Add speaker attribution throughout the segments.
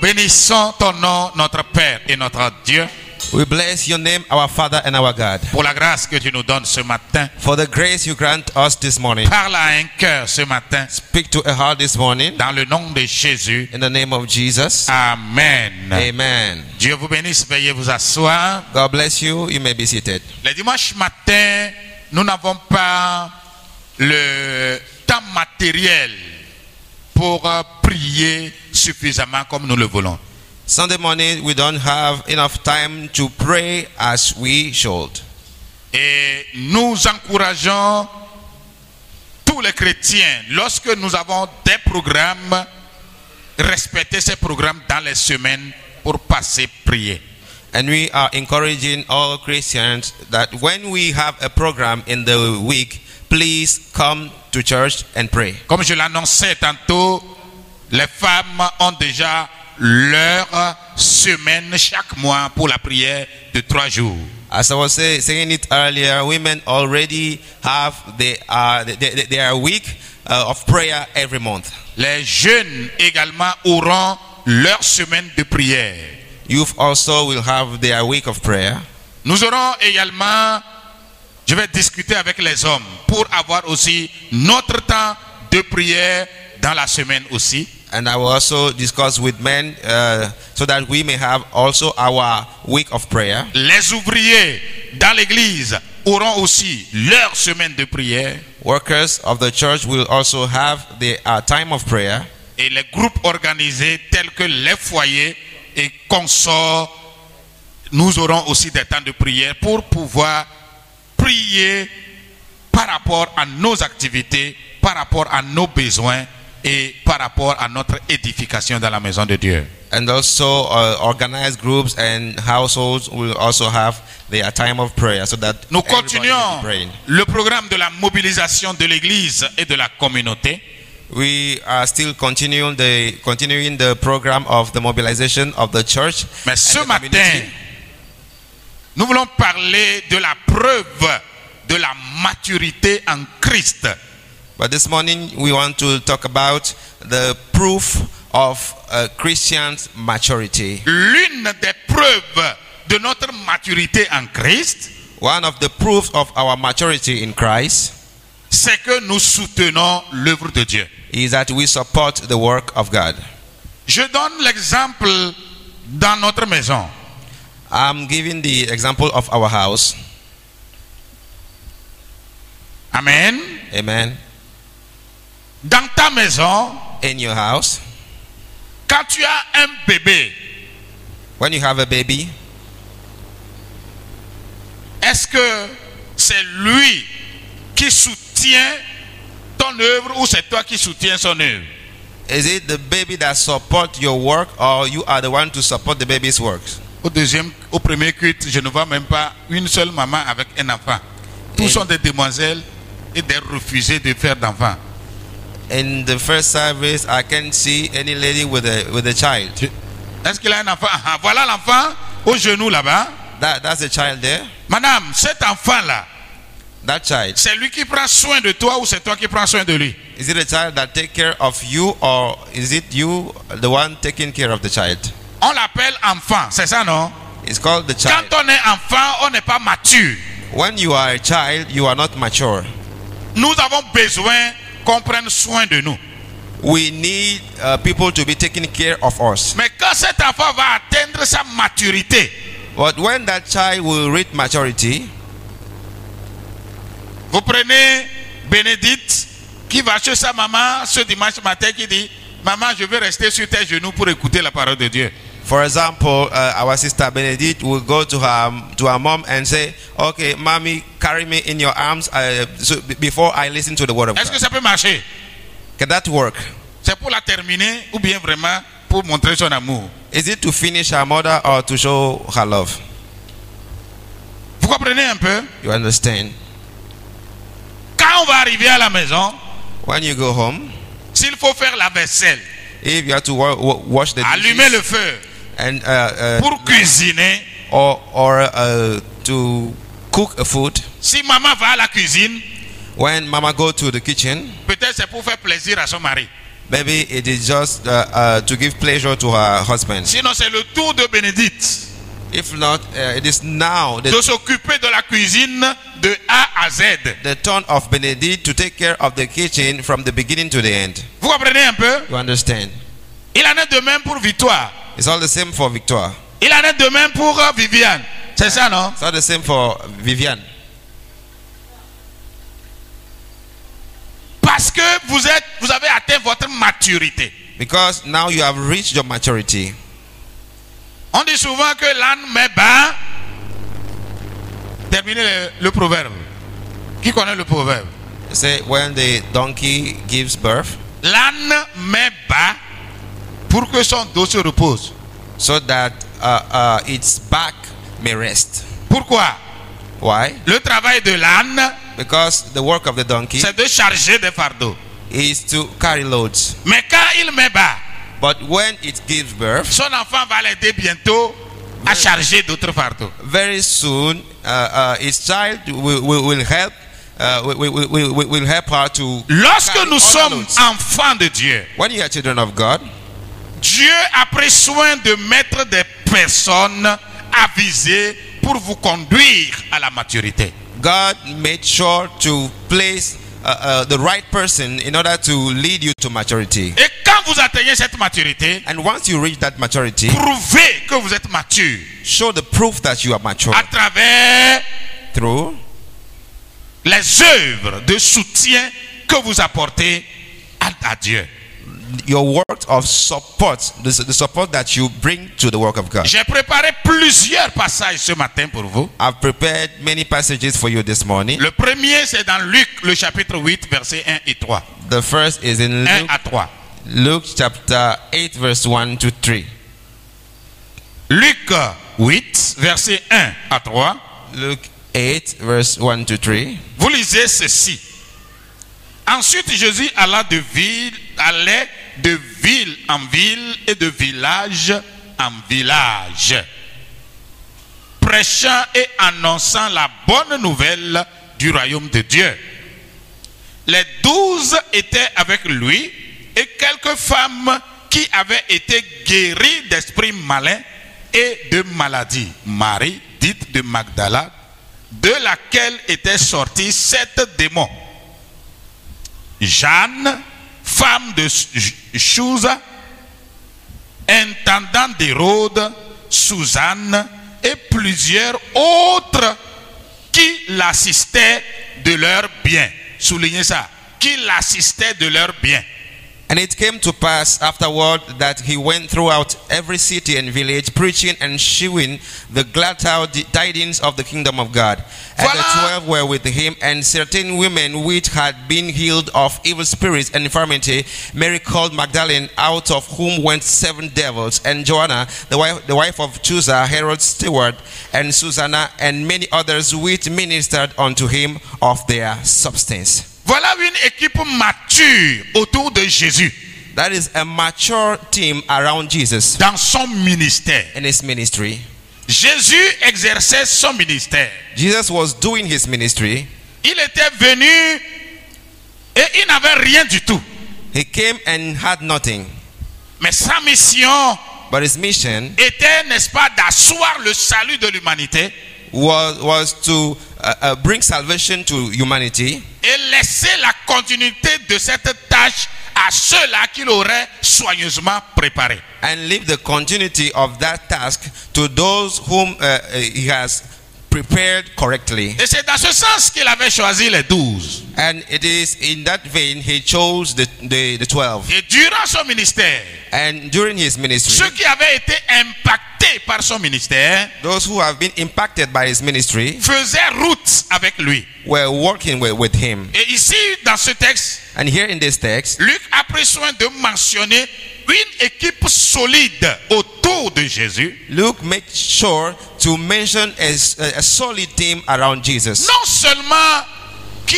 Speaker 1: Bénissons ton nom, notre Père et notre Dieu,
Speaker 2: We bless your name, our Father and our God,
Speaker 1: pour la grâce que tu nous donnes ce matin.
Speaker 2: for the grace you grant us this morning.
Speaker 1: Parle à un cœur ce matin,
Speaker 2: Speak to a heart this morning
Speaker 1: dans le nom de Jésus.
Speaker 2: in the name of Jesus.
Speaker 1: Amen.
Speaker 2: Amen.
Speaker 1: Dieu vous bénisse, veuillez vous asseoir.
Speaker 2: God bless you. You may be seated.
Speaker 1: Les dimanches matins, nous n'avons pas le temps matériel pour euh, prier suffisamment comme nous le voulons.
Speaker 2: Sunday morning, we don't have enough time to pray as we should.
Speaker 1: Et nous encourageons tous les chrétiens, lorsque nous avons des programmes, respecter ces programmes dans les semaines pour passer prier.
Speaker 2: And we are encouraging all Christians that when we have a program in the week, please come to church and pray.
Speaker 1: Comme je l'annonçais tantôt, les femmes ont déjà leur semaine chaque mois pour la prière de trois jours.
Speaker 2: As I was say, saying it earlier, women already have they are they, they, they are a week uh, of prayer every month.
Speaker 1: Les jeunes également auront leur semaine de prière.
Speaker 2: Youth also will have their week of prayer.
Speaker 1: Nous aurons également, je vais discuter avec les hommes pour avoir aussi notre temps de prière dans la semaine aussi.
Speaker 2: And I will also discuss with men uh, so that we may have also our week of prayer.
Speaker 1: Les ouvriers dans l'église auront aussi leur semaine de prière
Speaker 2: Workers of the church will also have their uh, time of prayer.
Speaker 1: et les groupes organisés tels que les foyers et consorts, nous aurons aussi des temps de prière pour pouvoir prier par rapport à nos activités, par rapport à nos besoins et par rapport à notre édification dans la maison de Dieu.
Speaker 2: And also, uh, organized groups and households will also have their time of prayer so that
Speaker 1: Nous
Speaker 2: everybody will be
Speaker 1: continuons
Speaker 2: praying.
Speaker 1: le programme de la mobilisation de l'Église et de la communauté.
Speaker 2: We are still continuing the continuing the program of the mobilization of the church.
Speaker 1: Mais
Speaker 2: and
Speaker 1: ce
Speaker 2: the
Speaker 1: matin,
Speaker 2: community.
Speaker 1: nous voulons parler de la preuve de la maturité en Christ.
Speaker 2: but this morning we want to talk about the proof of a Christian's maturity.
Speaker 1: L'une des preuves de notre maturité en Christ,
Speaker 2: One of the proofs of our maturity in Christ
Speaker 1: c'est que nous soutenons l'œuvre de Dieu.
Speaker 2: is that we support the work of God.
Speaker 1: Je donne l'exemple dans notre maison.
Speaker 2: I'm giving the example of our house.
Speaker 1: Amen.
Speaker 2: Amen.
Speaker 1: Dans ta maison,
Speaker 2: In your house,
Speaker 1: quand tu as un bébé,
Speaker 2: when you have a baby,
Speaker 1: Est-ce que c'est lui qui soutient ton œuvre ou c'est toi qui soutiens son œuvre
Speaker 2: is it the baby that support your work or you are the one to support the baby's works?
Speaker 1: Au deuxième, au premier culte, je ne vois même pas une seule maman avec un enfant. Tous
Speaker 2: Et-
Speaker 1: sont des demoiselles et des refusés de faire d'enfants.
Speaker 2: In the first service, I can't see any lady with a with a child.
Speaker 1: Est-ce qu'il a un enfant Ah, Voilà l'enfant au genou là-bas.
Speaker 2: That that's a child there.
Speaker 1: Madame, cet enfant-là,
Speaker 2: That child.
Speaker 1: c'est lui qui prend soin de toi ou c'est toi qui prends soin de lui
Speaker 2: Is it a child that take care of you, or is it you the one taking care of the child?
Speaker 1: On l'appelle enfant, c'est ça non
Speaker 2: It's called the
Speaker 1: Quand
Speaker 2: child.
Speaker 1: on est enfant, on n'est pas mature.
Speaker 2: When you are a child, you are not mature.
Speaker 1: Nous avons besoin qu'on prenne soin de nous.
Speaker 2: We need uh, people to be taking care of us.
Speaker 1: Mais quand cet enfant va atteindre sa maturité,
Speaker 2: But when that child will reach maturity,
Speaker 1: vous prenez Bénédicte qui va chez sa maman ce dimanche matin qui dit Maman, je veux rester sur tes genoux pour écouter la parole de Dieu.
Speaker 2: for example, uh, our sister Benedict will go to her to her mom and say, "Okay, mommy, carry me in your arms uh, so b- before I listen to the word of
Speaker 1: Est-ce que
Speaker 2: God."
Speaker 1: ça peut marcher
Speaker 2: Can that work?
Speaker 1: C'est pour la terminer ou bien vraiment pour montrer son amour
Speaker 2: Is it to finish her mother or to show her love?
Speaker 1: Vous comprenez un peu
Speaker 2: You understand?
Speaker 1: Quand on va arriver à la maison,
Speaker 2: When you go home,
Speaker 1: s'il faut faire la vaisselle,
Speaker 2: if you have to wa- wa- wash the
Speaker 1: allumer le feu
Speaker 2: and uh, uh,
Speaker 1: pour cuisiner,
Speaker 2: or or uh, to cook a food,
Speaker 1: si maman va à la cuisine,
Speaker 2: when Mama go to the kitchen,
Speaker 1: peut-être c'est pour faire plaisir à son mari.
Speaker 2: Maybe it is just uh, uh, to give pleasure to her husband.
Speaker 1: Sinon, c'est le tour de Bénédicte
Speaker 2: If not, uh, it is now
Speaker 1: de
Speaker 2: the,
Speaker 1: s'occuper de la cuisine de A à Z.
Speaker 2: the turn of Benedict to take care of the kitchen from the beginning to the end.
Speaker 1: Vous comprenez un peu
Speaker 2: You understand?
Speaker 1: Il en est de même pour Victoire.
Speaker 2: It's all the same for Victoire.
Speaker 1: Il en est de même pour euh, Viviane. C'est ça, non
Speaker 2: It's all the same for Vivian.
Speaker 1: Parce que vous, êtes, vous avez atteint votre maturité.
Speaker 2: Because now you have reached your maturity.
Speaker 1: On dit souvent que l'âne met bas. Terminez le, le proverbe. Qui connaît le proverbe
Speaker 2: Say when the donkey gives birth,
Speaker 1: L'âne met bas pour que son dos se repose.
Speaker 2: so that uh, uh, its back may rest.
Speaker 1: Pourquoi
Speaker 2: Why?
Speaker 1: Le travail de l'âne,
Speaker 2: Because the work of the donkey
Speaker 1: c'est de charger des fardeaux.
Speaker 2: is to carry loads.
Speaker 1: Mais quand il met bas,
Speaker 2: But when it gives birth,
Speaker 1: son enfant va l'aider bientôt à charger d'autres fardeaux.
Speaker 2: very soon uh, uh, its child will, will, will help. Uh, will, will, will, will- will help her to.
Speaker 1: Lorsque
Speaker 2: carry
Speaker 1: nous
Speaker 2: other
Speaker 1: sommes
Speaker 2: loads.
Speaker 1: enfants de Dieu,
Speaker 2: when you are children of God,
Speaker 1: Dieu a pris soin de mettre des personnes avisées pour vous conduire à la maturité.
Speaker 2: God made sure to place uh, uh, the right person in order to lead you to maturity.
Speaker 1: Et quand vous atteignez cette maturité,
Speaker 2: And once you reach that maturity,
Speaker 1: prouvez que vous êtes mature
Speaker 2: show the proof that you are mature
Speaker 1: à travers
Speaker 2: through
Speaker 1: les œuvres de soutien que vous apportez à, à Dieu.
Speaker 2: your work of support, the, the support that you bring to the work of God.
Speaker 1: J'ai préparé plusieurs passages ce matin pour vous.
Speaker 2: I've prepared many passages for you this morning.
Speaker 1: Le premier, c'est dans Luc, le chapitre 8, versets 1 et 3.
Speaker 2: The first is
Speaker 1: 1
Speaker 2: in Luke,
Speaker 1: à 3.
Speaker 2: Luke chapter 8, verse 1 to 3.
Speaker 1: Luc 8, versets 1 à 3.
Speaker 2: Luke 8, verse 1 to 3.
Speaker 1: Vous lisez ceci. Ensuite, Jésus alla de ville, allait de ville en ville et de village en village, prêchant et annonçant la bonne nouvelle du royaume de Dieu. Les douze étaient avec lui et quelques femmes qui avaient été guéries d'esprits malins et de maladies. Marie, dite de Magdala, de laquelle étaient sortis sept démons. Jeanne, femme de Ch- Chouza, intendant d'Hérode, Suzanne et plusieurs autres qui l'assistaient de leur bien. Soulignez ça. Qui l'assistaient de leur bien.
Speaker 2: And it came to pass afterward that he went throughout every city and village, preaching and shewing the glad tid- tidings of the kingdom of God. And the
Speaker 1: Voila.
Speaker 2: twelve were with him, and certain women which had been healed of evil spirits and infirmity, Mary called Magdalene, out of whom went seven devils, and Joanna, the wife, the wife of Chusa, Herod's steward, and Susanna, and many others which ministered unto him of their substance.
Speaker 1: Voilà une équipe mature autour de Jésus
Speaker 2: That is a mature team around Jesus
Speaker 1: dans son ministère.
Speaker 2: in his ministry.
Speaker 1: Jésus exerçait son ministère.
Speaker 2: Jesus was doing his ministry.
Speaker 1: Il était venu et il n'avait rien du tout.
Speaker 2: He came and had nothing,
Speaker 1: Mais sa mission
Speaker 2: but his mission
Speaker 1: était, n'est-ce pas, d'asseoir le salut de l'humanité
Speaker 2: was, was to uh, uh, bring salvation to humanity
Speaker 1: et laisser la continuité de cette tâche à ceux-là qui l'auraient soigneusement préparée.
Speaker 2: and leave the continuity of that task to those whom uh, uh, he has prepared correctly.
Speaker 1: Et c'est dans ce sens qu'il avait choisi les douze.
Speaker 2: And it is in that vein he chose the, the, the 12.
Speaker 1: Et durant son ministère,
Speaker 2: And during his ministry,
Speaker 1: ceux qui avaient été impactés par son ministère
Speaker 2: those who have been impacted by his ministry
Speaker 1: faisaient route avec lui.
Speaker 2: were working with, with him.
Speaker 1: Et ici, dans ce texte,
Speaker 2: And here in this text,
Speaker 1: Luc a pris soin de mentionner une équipe solide autour de Jésus,
Speaker 2: Luke makes sure to mention a, a solid team around Jesus.
Speaker 1: non seulement qui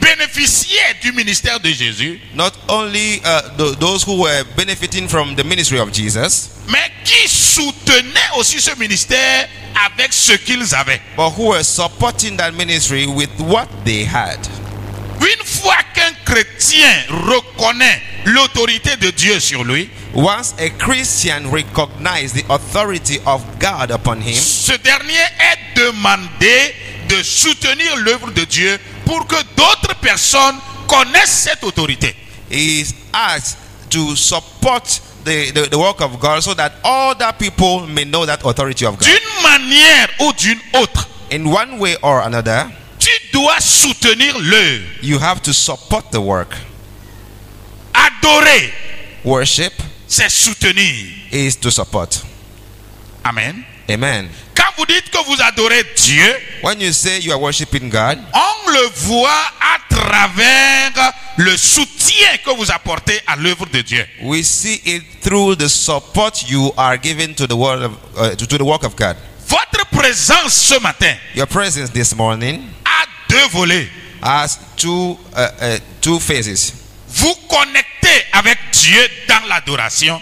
Speaker 1: bénéficiait du ministère de Jésus,
Speaker 2: Not only uh, th- those who were benefiting from the ministry of Jesus,
Speaker 1: mais qui soutenait aussi ce ministère avec ce qu'ils avaient.
Speaker 2: but who were supporting that ministry with what they had.
Speaker 1: Une fois qu'un chrétien reconnaît l'autorité de Dieu sur lui,
Speaker 2: Once a Christian recognized the authority of God upon him,
Speaker 1: ce dernier est demandé de soutenir l'œuvre de Dieu pour que d'autres personnes connaissent cette autorité.
Speaker 2: he is asked to support the, the, the work of God so that other people may know that authority of God.
Speaker 1: D'une manière ou d'une autre,
Speaker 2: In one way or another,
Speaker 1: tu dois soutenir l'œuvre,
Speaker 2: you have to support the work.
Speaker 1: adorer,
Speaker 2: Worship
Speaker 1: c'est soutenir.
Speaker 2: is to support.
Speaker 1: Amen.
Speaker 2: Amen.
Speaker 1: Quand vous dites que vous adorez Dieu,
Speaker 2: When you say you are worshiping God,
Speaker 1: on le voit à travers le soutien que vous apportez à l'œuvre de Dieu.
Speaker 2: we see it through the support you are giving to the word of, uh, to, to the work of God.
Speaker 1: Votre présence ce matin
Speaker 2: Your presence this morning
Speaker 1: a deux volets.
Speaker 2: has two uh, uh, two phases.
Speaker 1: Vous connectez avec Dieu dans l'adoration,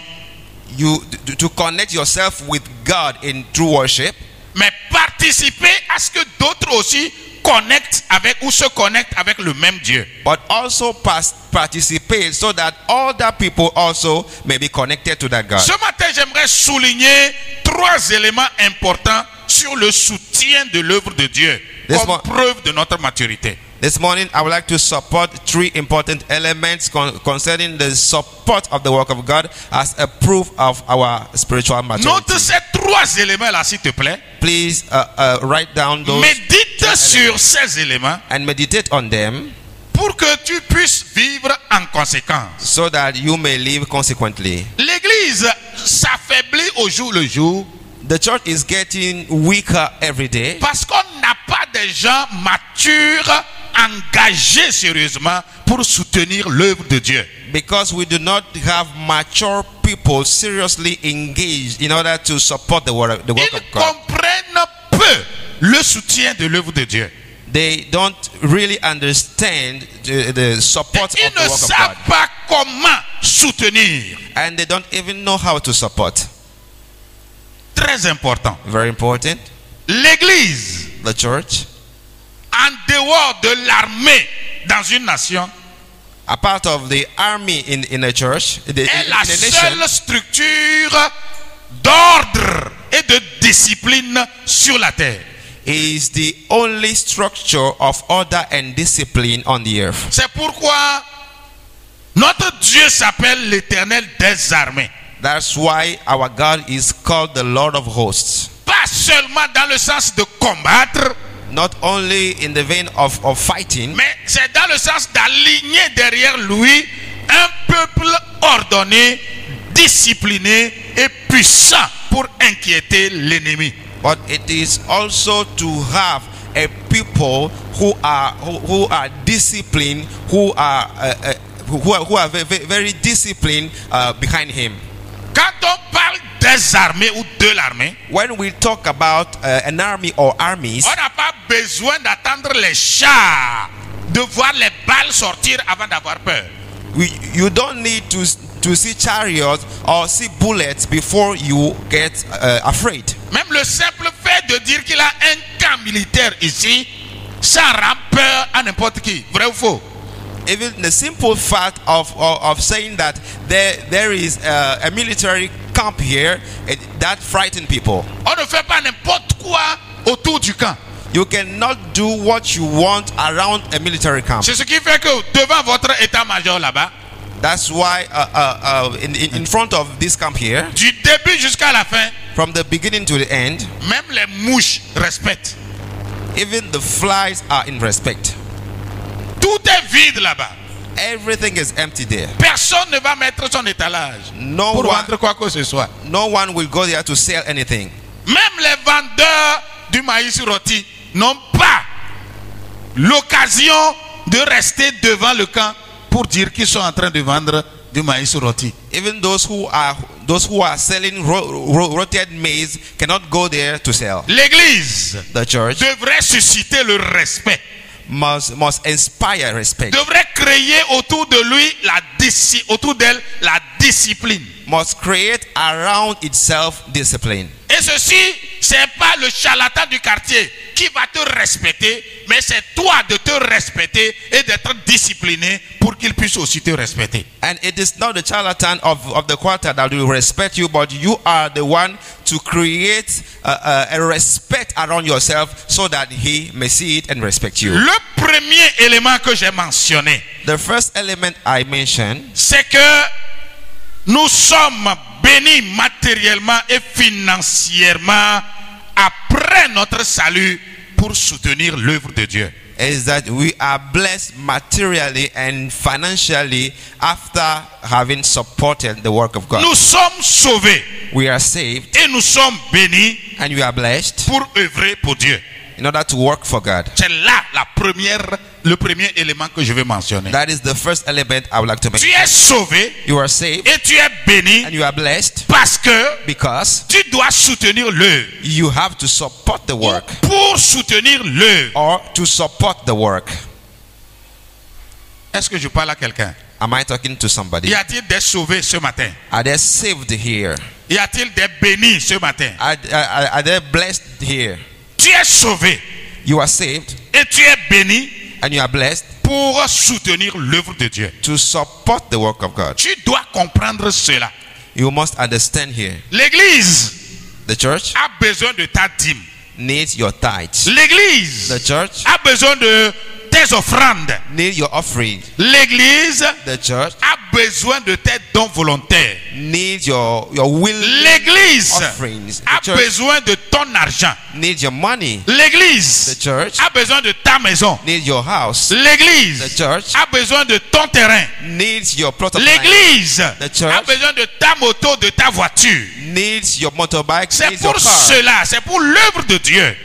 Speaker 2: You to, to connect yourself with God in true worship,
Speaker 1: mais participez à ce que d'autres aussi connectent avec ou se connectent avec le même Dieu.
Speaker 2: but also pas- participate so that other people also may be connected to that God.
Speaker 1: Ce matin, j'aimerais souligner trois éléments importants sur le soutien de l'œuvre de Dieu
Speaker 2: Laisse-moi-
Speaker 1: comme preuve de notre maturité.
Speaker 2: This morning, I would like to support three important elements con- concerning the support of the work of God as a proof of our spiritual maturity.
Speaker 1: Note ces trois éléments-là, s'il te plaît.
Speaker 2: Please uh, uh, write down those
Speaker 1: Médite sur ces éléments
Speaker 2: and meditate on them
Speaker 1: pour que tu puisses vivre en conséquence.
Speaker 2: so that you may live consequently.
Speaker 1: L'Église s'affaiblit au jour le jour
Speaker 2: The church is getting weaker every day
Speaker 1: parce qu'on n'a pas de gens matures, engagés sérieusement pour soutenir l'œuvre de Dieu.
Speaker 2: because we do not have mature people seriously engaged in order to support the work, the work of
Speaker 1: Ils
Speaker 2: God.
Speaker 1: comprennent peu le soutien de l'œuvre de Dieu.
Speaker 2: They don't really understand the, the
Speaker 1: Et
Speaker 2: support
Speaker 1: ils
Speaker 2: of the
Speaker 1: ne
Speaker 2: work of God.
Speaker 1: savent pas comment soutenir.
Speaker 2: and they don't even know how to support.
Speaker 1: Très important.
Speaker 2: Very important.
Speaker 1: L'Église,
Speaker 2: The church,
Speaker 1: en dehors de l'armée dans une nation,
Speaker 2: a part of the army in, in a church, in the, in-
Speaker 1: est
Speaker 2: in
Speaker 1: la
Speaker 2: a nation,
Speaker 1: seule structure d'ordre et de discipline sur la terre.
Speaker 2: is the only structure of order and discipline on the earth.
Speaker 1: C'est pourquoi notre Dieu s'appelle l'Éternel des armées.
Speaker 2: That's why our God is called the Lord of hosts.
Speaker 1: Pas seulement dans le sens de combattre,
Speaker 2: Not only in the vein of, of fighting,
Speaker 1: mais c'est dans le sens d'aligner derrière lui un peuple ordonné, discipliné et puissant pour inquiéter l'ennemi.
Speaker 2: but it is also to have a people who are who, who are disciplined, who are uh, uh, who are, who are ve- ve- very disciplined uh, behind him.
Speaker 1: Quand on parle des armées ou de l'armée,
Speaker 2: When we talk about uh, an army or armies,
Speaker 1: On n'a pas besoin d'attendre les chars, de voir les balles sortir avant d'avoir peur.
Speaker 2: we, you don't need to to see chariots or see bullets before you get uh, afraid.
Speaker 1: Même le simple fait de dire qu'il a un camp militaire ici, ça rend peur à n'importe qui. Vrai ou faux
Speaker 2: Even the simple fact of of, of saying that there there is uh, a military camp here it, that frighten people.
Speaker 1: On ne fait pas n'importe quoi autour du camp.
Speaker 2: You cannot do what you want around a military camp.
Speaker 1: C'est ce qui fait que devant votre état-major là-bas,
Speaker 2: That's why uh, uh, uh, in, in, in front of this camp here,
Speaker 1: du début jusqu'à la fin,
Speaker 2: from the beginning to the end,
Speaker 1: même les mouches respectent.
Speaker 2: even the flies are in respect.
Speaker 1: Tout est vide là-bas.
Speaker 2: Everything is empty there.
Speaker 1: Personne ne va mettre son étalage
Speaker 2: No
Speaker 1: pour
Speaker 2: one,
Speaker 1: vendre quoi que ce soit.
Speaker 2: no one will go there to sell anything.
Speaker 1: Même les vendeurs du maïs rôti n'ont pas l'occasion de rester devant le camp pour dire qu'ils sont en train de vendre du maïs rôti.
Speaker 2: Even those who are those who are selling ro- ro- roted maize cannot go there to sell.
Speaker 1: L'église
Speaker 2: The church
Speaker 1: devrait susciter le respect,
Speaker 2: must must inspire respect.
Speaker 1: devrait créer autour de lui la disci- autour d'elle la discipline
Speaker 2: Must create around itself discipline.
Speaker 1: et Et ceci, c'est pas le charlatan du quartier qui va te respecter, mais c'est toi de te respecter et d'être discipliné pour qu'il puisse aussi te respecter.
Speaker 2: And it is not the charlatan of, of the quarter that will respect you, but you are the one to create a, a, a respect around yourself so that he may see it and respect you.
Speaker 1: Le premier élément que j'ai mentionné,
Speaker 2: The first element I mentioned
Speaker 1: c'est que nous sommes bénis matériellement et financièrement après notre salut pour soutenir l'œuvre de Dieu.
Speaker 2: is that we are blessed materially and financially after having supported the work of God.
Speaker 1: Nous sommes sauvés
Speaker 2: We are saved
Speaker 1: et nous sommes bénis
Speaker 2: and we are blessed
Speaker 1: pour œuvrer pour Dieu.
Speaker 2: in order to work for God.
Speaker 1: C'est là la première, le premier élément que je vais mentionner.
Speaker 2: That is the first element I would like
Speaker 1: Tu
Speaker 2: to mention.
Speaker 1: es sauvé
Speaker 2: You are saved
Speaker 1: et tu es béni
Speaker 2: and you are blessed
Speaker 1: parce que
Speaker 2: because
Speaker 1: tu dois soutenir l'œuvre.
Speaker 2: you have to support the work
Speaker 1: Ou Pour soutenir l'œuvre.
Speaker 2: or to support the work.
Speaker 1: Est-ce que je parle à quelqu'un
Speaker 2: Am I talking to
Speaker 1: Y
Speaker 2: somebody?
Speaker 1: a-t-il des sauvés ce matin
Speaker 2: Are they saved here?
Speaker 1: Y a-t-il des bénis ce matin
Speaker 2: Are, are, are they blessed here?
Speaker 1: Tu es sauvé
Speaker 2: You are saved
Speaker 1: et tu es béni
Speaker 2: and you are blessed
Speaker 1: pour soutenir l'œuvre de Dieu.
Speaker 2: to support the work of God.
Speaker 1: Tu dois comprendre cela.
Speaker 2: You must understand here.
Speaker 1: L'Église
Speaker 2: The church
Speaker 1: a besoin de ta dîme.
Speaker 2: needs your tithe. The
Speaker 1: L'Église
Speaker 2: church
Speaker 1: a besoin de tes offrandes.
Speaker 2: needs your offering.
Speaker 1: L'Église
Speaker 2: The church
Speaker 1: a besoin de tes dons volontaires.
Speaker 2: needs your your will.
Speaker 1: L'Église
Speaker 2: Offerings. The
Speaker 1: a
Speaker 2: church.
Speaker 1: besoin de ton argent.
Speaker 2: Needs your money. The
Speaker 1: L'Église
Speaker 2: church
Speaker 1: a besoin de ta maison.
Speaker 2: needs your house. The
Speaker 1: L'Église
Speaker 2: church
Speaker 1: a besoin de ton terrain.
Speaker 2: needs your plot of land.
Speaker 1: L'Église
Speaker 2: The church.
Speaker 1: a besoin de ta moto, de ta voiture.
Speaker 2: Needs your motorbike.
Speaker 1: C'est
Speaker 2: Needs your
Speaker 1: pour
Speaker 2: car.
Speaker 1: cela, c'est pour l'œuvre de Dieu.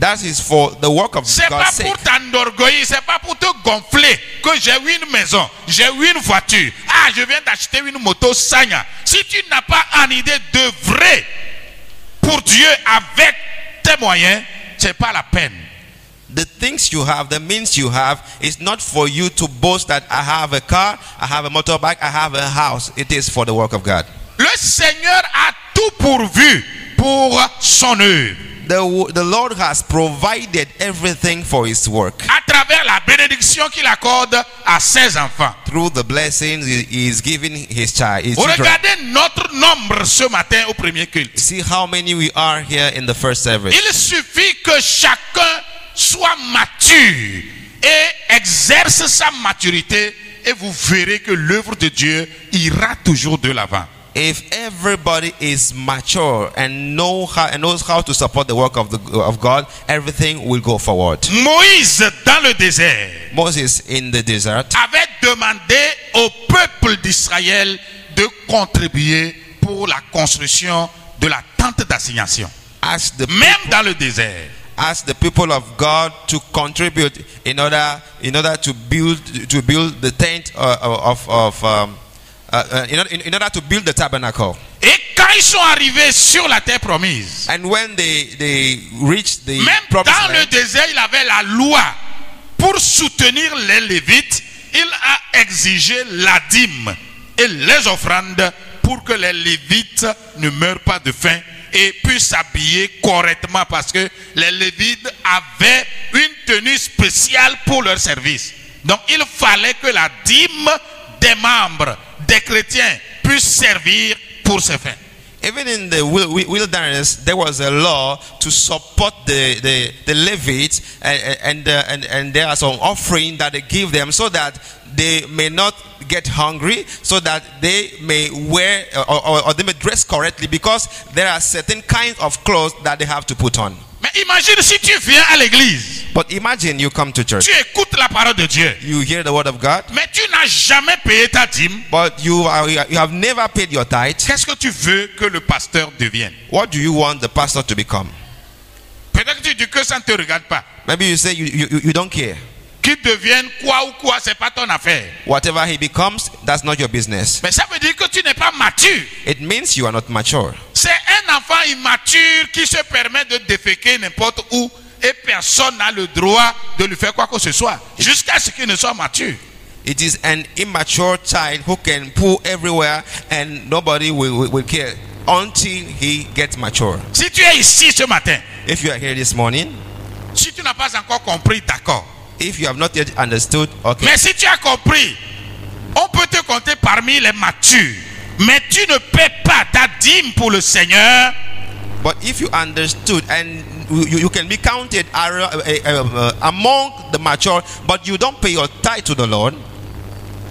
Speaker 2: That is for the work of
Speaker 1: C'est pas
Speaker 2: God's sake.
Speaker 1: pour t'enorgueillir, c'est pas pour te gonfler que j'ai eu une maison, j'ai eu une voiture. Ah, je viens d'acheter une moto Sanya. Si tu n'as pas en idée de vrai pour Dieu avec tes moyens, c'est pas la peine.
Speaker 2: The things you have, the means you have, is not for you to boast that I have a car, I have a motorbike, I have a house. It is for the work of God.
Speaker 1: Le Seigneur a tout pourvu pour son œuvre
Speaker 2: The, the Lord has provided everything for His work
Speaker 1: à travers la bénédiction qu'il accorde à ses enfants.
Speaker 2: through the blessings He He is giving His child. His children.
Speaker 1: Regardez notre nombre ce matin au premier culte.
Speaker 2: See how many we are here in the first service.
Speaker 1: Il suffit que chacun soit mature et exerce sa maturité et vous verrez que l'œuvre de Dieu ira toujours de l'avant.
Speaker 2: If everybody is mature and know how and knows how to support the work of the of God, everything will go forward.
Speaker 1: Moïse dans le désert
Speaker 2: Moses in the desert
Speaker 1: avait demandé au peuple d'Israël de contribuer pour la construction de la tente d'assignation.
Speaker 2: asked the
Speaker 1: Même dans le désert.
Speaker 2: asked the people of God to contribute in order in order to build to build the tent uh, of of um, uh, uh, in, order, in order to build the tabernacle.
Speaker 1: Et quand ils sont arrivés sur la terre promise,
Speaker 2: And when they they reached the
Speaker 1: Même
Speaker 2: promised
Speaker 1: dans le
Speaker 2: land,
Speaker 1: désert, il avait la loi. Pour soutenir les Lévites, il a exigé la dîme et les offrandes pour que les Lévites ne meurent pas de faim et puissent s'habiller correctement parce que les Lévites avaient une tenue spéciale pour leur service. Donc il fallait que la dîme des membres, des chrétiens, puisse servir pour ces fins.
Speaker 2: even in the wil- wi- wilderness, there was a law to support the the, the Levites, and and, uh, and and there are some offering that they give them so that they may not get hungry, so that they may wear uh, or, or, or they may dress correctly, because there are certain kinds of clothes that they have to put on.
Speaker 1: Mais imagine si tu viens à l'église,
Speaker 2: But imagine you come to church,
Speaker 1: tu écoutes la parole de Dieu.
Speaker 2: you hear the word of God,
Speaker 1: Mais tu n'as jamais payé ta dîme.
Speaker 2: but you are you have never paid your tithe.
Speaker 1: Qu'est-ce que tu veux que le pasteur devienne
Speaker 2: What do you want the pastor to become?
Speaker 1: Peut-être que tu dis que ça ne te regarde pas.
Speaker 2: Maybe you say you, you, you- you don't care.
Speaker 1: Qu'il devienne quoi ou quoi, c'est pas ton affaire.
Speaker 2: Whatever he becomes, that's not your business.
Speaker 1: Mais ça veut dire que tu n'es pas mature.
Speaker 2: It means you are not mature.
Speaker 1: C'est un enfant immature qui se permet de déféquer n'importe où et personne n'a le droit de lui faire quoi que ce soit jusqu'à ce qu'il ne soit mature.
Speaker 2: It is an immature child who can poo everywhere and nobody will, will, will care until he gets mature.
Speaker 1: Si tu es ici ce matin,
Speaker 2: If you are here this morning,
Speaker 1: si tu n'as pas encore compris, d'accord.
Speaker 2: if you have not yet understood, okay.
Speaker 1: Mais si tu as compris, on peut te compter parmi les matures. Mais tu ne paies pas ta dîme pour le Seigneur.
Speaker 2: But if you understood and you, you can be counted ar- uh, uh, uh, among the mature, but you don't pay your tithe to the Lord,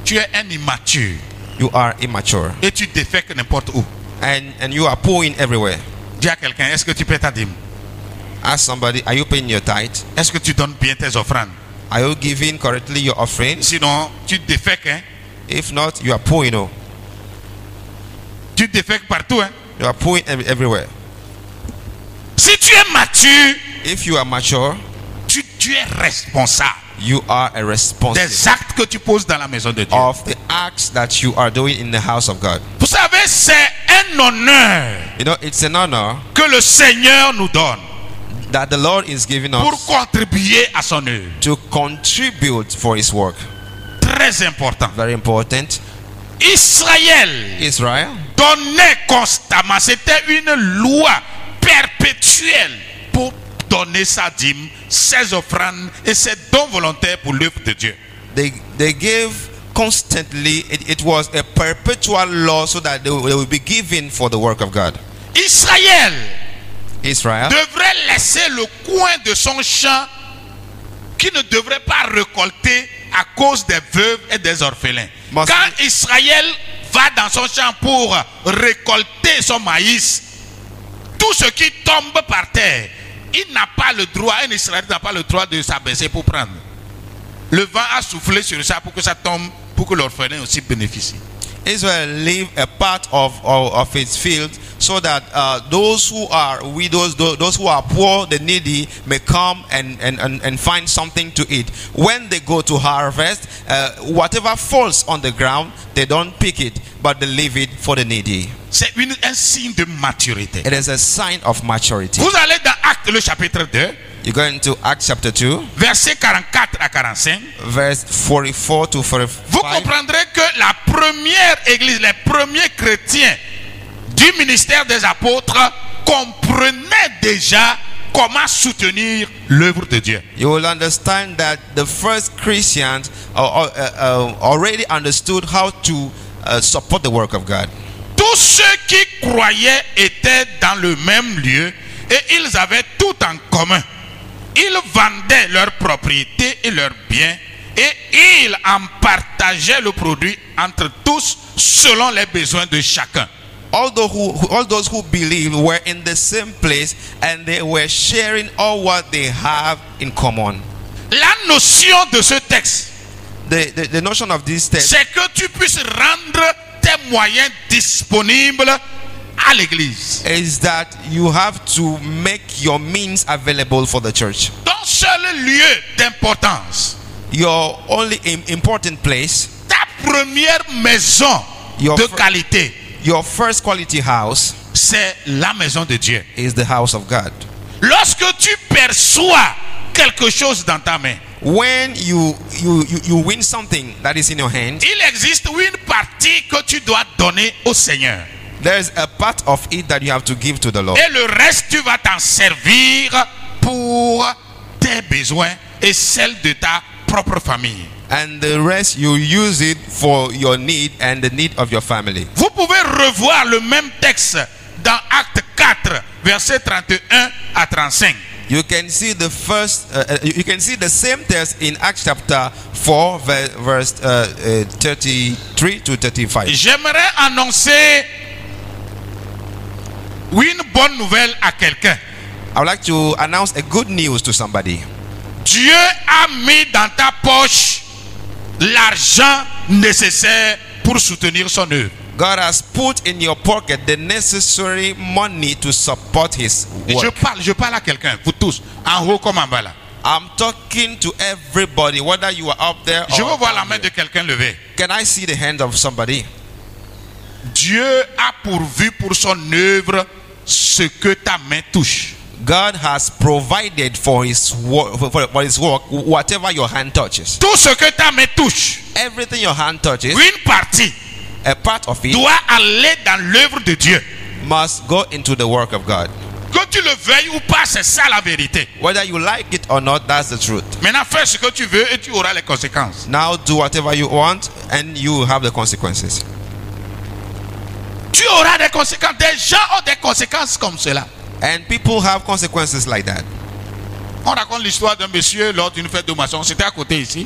Speaker 1: Tu es un immature
Speaker 2: you are immature
Speaker 1: et tu défèques n'importe où.
Speaker 2: and, and you are pouring everywhere.
Speaker 1: Dis à quelqu'un, est-ce que tu paies ta dîme
Speaker 2: Ask somebody, are you paying your tithe?
Speaker 1: Est-ce que tu donnes bien tes offrandes
Speaker 2: Are you giving correctly your offerings?
Speaker 1: Sinon, tu défèques. Hein?
Speaker 2: If not, you are pouring. Oh.
Speaker 1: Tu défèques partout. Hein?
Speaker 2: You are pouring ev- everywhere.
Speaker 1: Si tu es mature,
Speaker 2: If you are mature,
Speaker 1: tu, tu es responsable
Speaker 2: you are a responsible
Speaker 1: des actes que tu poses dans la maison de Dieu.
Speaker 2: of the acts that you are doing in the house of God.
Speaker 1: Vous savez, c'est un honneur
Speaker 2: You know, it's an honor
Speaker 1: que le Seigneur nous donne
Speaker 2: that the Lord is giving
Speaker 1: pour
Speaker 2: us
Speaker 1: contribuer à son œuvre.
Speaker 2: to contribute for His work.
Speaker 1: Très important.
Speaker 2: Very important.
Speaker 1: Israël
Speaker 2: Israel
Speaker 1: donnait constamment. C'était une loi perpétuelle pour donner sa dîme, ses offrandes et ses dons volontaires pour l'œuvre de Dieu.
Speaker 2: they they gave constantly it, it was a perpetual law so that they, will- they will be given for the work of god
Speaker 1: Israël
Speaker 2: israel
Speaker 1: devrait laisser le coin de son champ qui ne devrait pas récolter à cause des veuves et des orphelins.
Speaker 2: Must-
Speaker 1: Quand Israël va dans son champ pour récolter son maïs, tout ce qui tombe par terre, il n'a pas le droit, un Israël n'a pas le droit de s'abaisser pour prendre. Le vent a soufflé sur ça pour que ça tombe, pour que l'orphelin aussi bénéficie.
Speaker 2: israel leave a part of of, of its field so that uh, those who are widows tho- those who are poor the needy may come and and, and, and find something to eat when they go to harvest uh, whatever falls on the ground they don't pick it but they leave it for the needy
Speaker 1: C'est une- un signe de maturité.
Speaker 2: it is a sign of maturity
Speaker 1: Vous allez dans Acte le chapitre 2,
Speaker 2: you go into acts chapter 2
Speaker 1: versets 44 à 45.
Speaker 2: verse 44 to
Speaker 1: Vous
Speaker 2: 45
Speaker 1: comprendrez que la première église, les premiers chrétiens du ministère des apôtres comprenaient déjà comment soutenir l'œuvre de Dieu.
Speaker 2: you will understand that the first christians uh, uh, uh, already understood how to uh, support the work of god
Speaker 1: Tous ceux qui croyaient étaient dans le même lieu et ils avaient tout en commun. Ils vendaient leurs propriétés et leurs biens et ils en partageaient le produit entre tous selon les besoins de chacun.
Speaker 2: although who, who- all those who believed were in the same place and they were sharing all what they have in common
Speaker 1: La notion de ce texte
Speaker 2: the, the, the notion of this text
Speaker 1: c'est que tu puisses rendre tes moyens disponibles à l'église.
Speaker 2: is that you have to make your means available for the church
Speaker 1: Ton seul lieu d'importance,
Speaker 2: your only im- important place
Speaker 1: ta première maison
Speaker 2: Your
Speaker 1: de
Speaker 2: fir-
Speaker 1: qualité,
Speaker 2: your first quality house
Speaker 1: c'est la maison de Dieu.
Speaker 2: is the house of god
Speaker 1: Lorsque tu perçois quelque chose dans ta main,
Speaker 2: when you, you you you win something that is in your hand
Speaker 1: il existe une partie que tu dois donner au Seigneur.
Speaker 2: there is a part of it that you have to give to the lord
Speaker 1: Et le reste, tu vas t'en servir pour tes besoins et celles de ta propre famille.
Speaker 2: and the rest you use it for your need and the need of your family
Speaker 1: Vous pouvez revoir le même texte dans Acte 4, versets 31 à 35.
Speaker 2: you can see the first uh, uh, you you can see the same text in acts chapter 4 ver- verse uh, uh, 33 to 35
Speaker 1: J'aimerais annoncer une bonne nouvelle à quelqu'un.
Speaker 2: i would like to announce a good news to somebody
Speaker 1: Dieu a mis dans ta poche l'argent nécessaire pour soutenir son œuvre.
Speaker 2: god has put in your pocket the necessary money to support his
Speaker 1: Et
Speaker 2: work
Speaker 1: je parle, je parle à quelqu'un, vous tous, en haut comme en bas là.
Speaker 2: I'm talking to everybody, whether you are up there or
Speaker 1: Je veux voir la
Speaker 2: down
Speaker 1: main de
Speaker 2: here.
Speaker 1: quelqu'un levée.
Speaker 2: Can I see the hand of somebody?
Speaker 1: Dieu a pourvu pour son œuvre ce que ta main touche.
Speaker 2: God has provided for His work, for, for His work, whatever your hand touches.
Speaker 1: Tout ce que ta main touche.
Speaker 2: Everything your hand touches,
Speaker 1: une partie
Speaker 2: a part of it
Speaker 1: doit aller dans l'œuvre de Dieu.
Speaker 2: must go into the work of God.
Speaker 1: Que tu le veuilles ou pas, c'est ça la vérité.
Speaker 2: Whether you like it or not, that's the truth.
Speaker 1: Maintenant, fais ce que tu veux et tu auras les conséquences.
Speaker 2: Now do whatever you want and you will have the consequences.
Speaker 1: Tu auras des conséquences. Des gens ont des conséquences comme cela.
Speaker 2: And people have consequences like that.
Speaker 1: On raconte l'histoire d'un monsieur lors d'une fête de maçon. C'était à côté ici.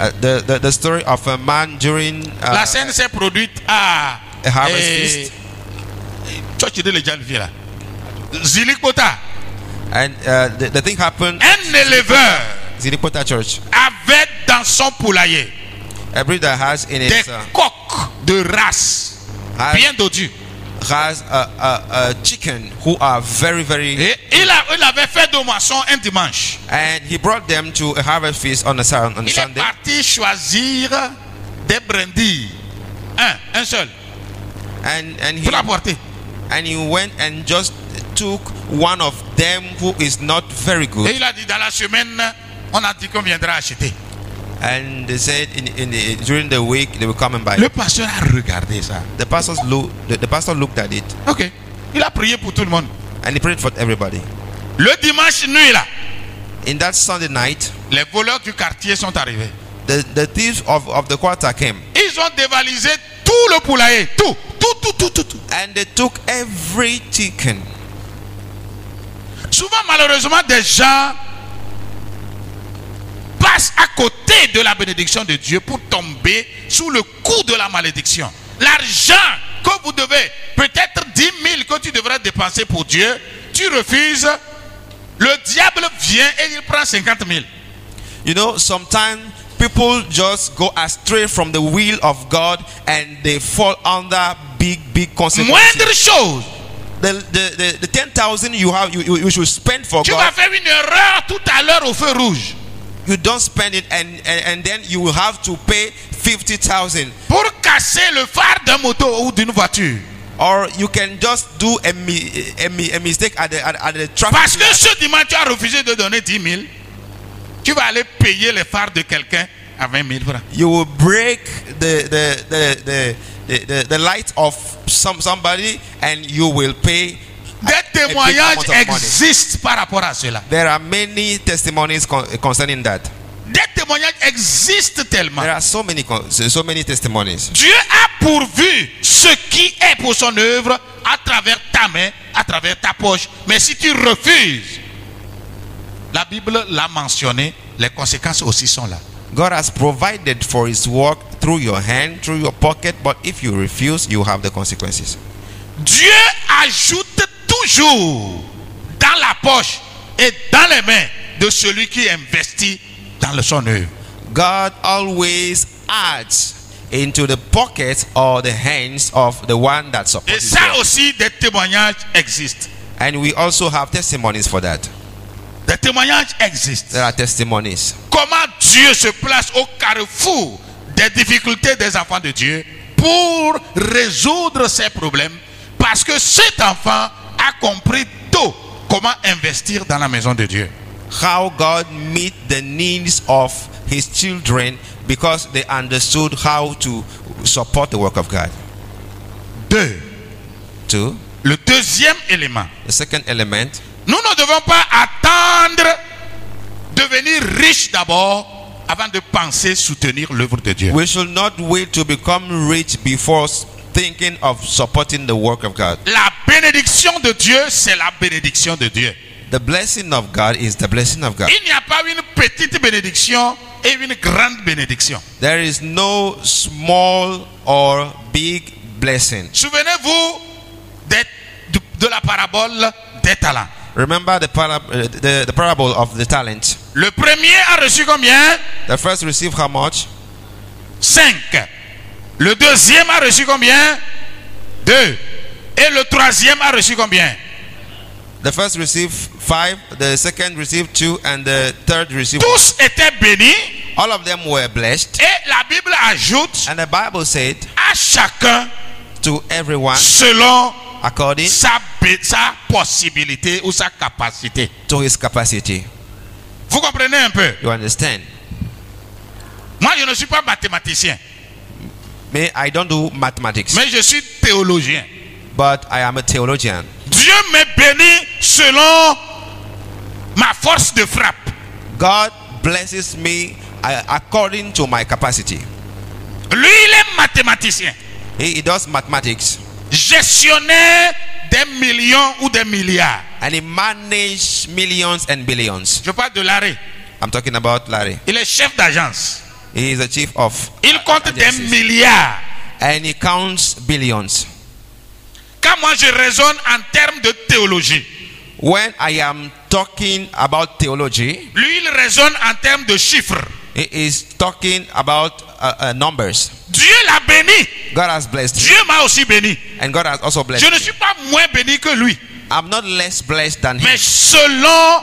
Speaker 2: Uh, the, the, the story of a man during uh,
Speaker 1: La scène s'est produite à.
Speaker 2: A harvest
Speaker 1: eh,
Speaker 2: feast.
Speaker 1: Tu as tiré les gens là. Zilikota,
Speaker 2: and uh, the, the thing happened
Speaker 1: un éleveur
Speaker 2: Ziripota Church.
Speaker 1: avait dans son poulailler
Speaker 2: A breed that has in
Speaker 1: des
Speaker 2: it uh,
Speaker 1: coqs de race
Speaker 2: Ah.
Speaker 1: bien dodus.
Speaker 2: has a, a, a chicken who are very very
Speaker 1: Et il, a- il avait fait de moisson un dimanche.
Speaker 2: and he brought them to a harvest feast on the Sun- on
Speaker 1: Il est
Speaker 2: Sunday.
Speaker 1: parti choisir des brindilles. Un, un seul,
Speaker 2: And and he
Speaker 1: pour l'apporter.
Speaker 2: and he went and just took one of them who is not very
Speaker 1: Et
Speaker 2: good
Speaker 1: il a dit dans la semaine, on a dit qu'on viendra acheter.
Speaker 2: and they said in, in the, during the week they will come and buy
Speaker 1: Le pasteur a regardé ça.
Speaker 2: the pastor looked the, the pastor looked at it
Speaker 1: Ok. Il a prié pour tout le monde.
Speaker 2: and he prayed for everybody
Speaker 1: Le dimanche nuit là,
Speaker 2: in that sunday night
Speaker 1: les voleurs du quartier sont arrivés.
Speaker 2: the, the thieves of, of the quarter came
Speaker 1: Ils ont dévalisé tout le poulailler, tout, tout, tout, tout, tout. tout.
Speaker 2: and they took every chicken
Speaker 1: Souvent, malheureusement, des gens passent à côté de la bénédiction de Dieu pour tomber sous le coup de la malédiction. L'argent que vous devez, peut-être 10 000 que tu devrais dépenser pour Dieu, tu refuses. Le diable vient et il prend 50 000.
Speaker 2: you know sometimes people just go astray from the will of god and they fall under big big consequences
Speaker 1: Moindre chose,
Speaker 2: the, the, the, the 10000 you have you, you, you should spend for
Speaker 1: tu
Speaker 2: god
Speaker 1: vas faire une erreur tout à l'heure au feu rouge.
Speaker 2: you don't spend it and and, and then you will have to pay 50,000
Speaker 1: Pour casser le phare d'un moto ou d'une voiture.
Speaker 2: or you can just do a, mi- a, mi- a mistake at the at, at the
Speaker 1: Parce
Speaker 2: traffic
Speaker 1: que ce dimanche, tu as refusé de donner 10 000. Tu vas aller payer les phares de quelqu'un à 20 000 francs.
Speaker 2: you will break the the the the the, the, the light of some somebody and you will pay
Speaker 1: Des
Speaker 2: big amount
Speaker 1: témoignages
Speaker 2: of money.
Speaker 1: existent par rapport à cela.
Speaker 2: there are many testimonies con- eh, concerning that
Speaker 1: Des témoignages existent tellement.
Speaker 2: there are so many con- so so many testimonies
Speaker 1: Dieu a pourvu ce qui est pour son œuvre à travers ta main, à travers ta poche. Mais si tu refuses, la Bible l'a mentionné, les conséquences aussi sont là.
Speaker 2: god has provided for his work through your hand through your pocket but if you refuse you have the consequences
Speaker 1: Dieu ajoute toujours dans la poche et dans les mains de celui qui investit dans le son œuvre.
Speaker 2: God always adds into the pockets or the hands of the one that
Speaker 1: Et
Speaker 2: supports.
Speaker 1: ça aussi, des témoignages existent.
Speaker 2: And we also have testimonies for that.
Speaker 1: Des témoignages existent.
Speaker 2: There are testimonies.
Speaker 1: Comment Dieu se place au carrefour des difficultés des enfants de Dieu pour résoudre ces problèmes parce que cet enfant a compris tôt comment investir dans la maison de Dieu.
Speaker 2: How God meet the needs of his children because they understood how to support the work of God.
Speaker 1: Deux.
Speaker 2: Two,
Speaker 1: Le deuxième élément,
Speaker 2: the second element,
Speaker 1: Nous ne devons pas attendre devenir riche d'abord avant de penser soutenir l'œuvre de Dieu.
Speaker 2: we should not wait to become rich before thinking of supporting the work of God.
Speaker 1: La bénédiction de Dieu, c'est la bénédiction de Dieu.
Speaker 2: The blessing of God is the blessing of God.
Speaker 1: Il n'y a pas une petite bénédiction et une grande bénédiction.
Speaker 2: There is no small or big blessing.
Speaker 1: Souvenez-vous des- de, de la parabole des talents.
Speaker 2: Remember the, para- uh, the, the parable of the talent.
Speaker 1: Le premier a reçu combien
Speaker 2: The first received how much?
Speaker 1: Cinq. Le deuxième a reçu combien Deux. Et le troisième a reçu combien
Speaker 2: The first received five, the second received two, and the third received.
Speaker 1: Tous étaient bénis.
Speaker 2: All of them were blessed.
Speaker 1: Et la Bible ajoute
Speaker 2: And the Bible said
Speaker 1: à chacun
Speaker 2: to everyone
Speaker 1: selon
Speaker 2: according
Speaker 1: sa, bé- sa possibilité ou sa capacité.
Speaker 2: to his capacity.
Speaker 1: Vous comprenez un peu
Speaker 2: You understand?
Speaker 1: Moi, je ne suis pas mathématicien,
Speaker 2: Me, I don't do mathematics,
Speaker 1: mais je suis théologien.
Speaker 2: but I am a theologian.
Speaker 1: Dieu me bénit selon ma force de frappe.
Speaker 2: God blesses me uh, according to my capacity.
Speaker 1: Lui, il est mathématicien.
Speaker 2: He, he does mathematics
Speaker 1: Gestionnaire des millions ou des milliards.
Speaker 2: and he manages millions and billions.
Speaker 1: Je parle de l'arrêt.
Speaker 2: I'm talking about Larry.
Speaker 1: Il est chef d'agence.
Speaker 2: He is the chief of
Speaker 1: Il compte des
Speaker 2: agencies.
Speaker 1: milliards.
Speaker 2: and he counts billions.
Speaker 1: Quand moi je raisonne en termes de théologie,
Speaker 2: When I am talking about theology,
Speaker 1: lui il raisonne en termes de chiffres.
Speaker 2: he is talking about uh, uh, numbers.
Speaker 1: Dieu l'a béni.
Speaker 2: God has blessed me,
Speaker 1: Dieu m'a aussi béni.
Speaker 2: and God has also
Speaker 1: Je
Speaker 2: blessed
Speaker 1: ne
Speaker 2: me.
Speaker 1: suis pas moins béni que lui,
Speaker 2: I'm not less blessed than him,
Speaker 1: mais selon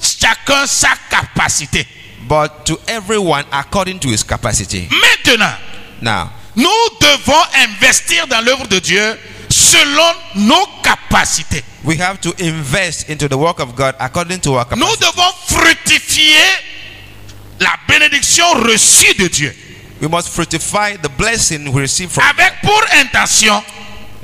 Speaker 1: chacun sa capacité.
Speaker 2: but to everyone according to his capacity.
Speaker 1: Maintenant,
Speaker 2: Now,
Speaker 1: nous devons investir dans l'œuvre de Dieu selon nos capacités.
Speaker 2: we have to invest into the work of God according to our
Speaker 1: Nous
Speaker 2: capacity.
Speaker 1: devons fructifier la bénédiction reçue de Dieu
Speaker 2: We must fructify the blessing we receive from
Speaker 1: avec pour intention,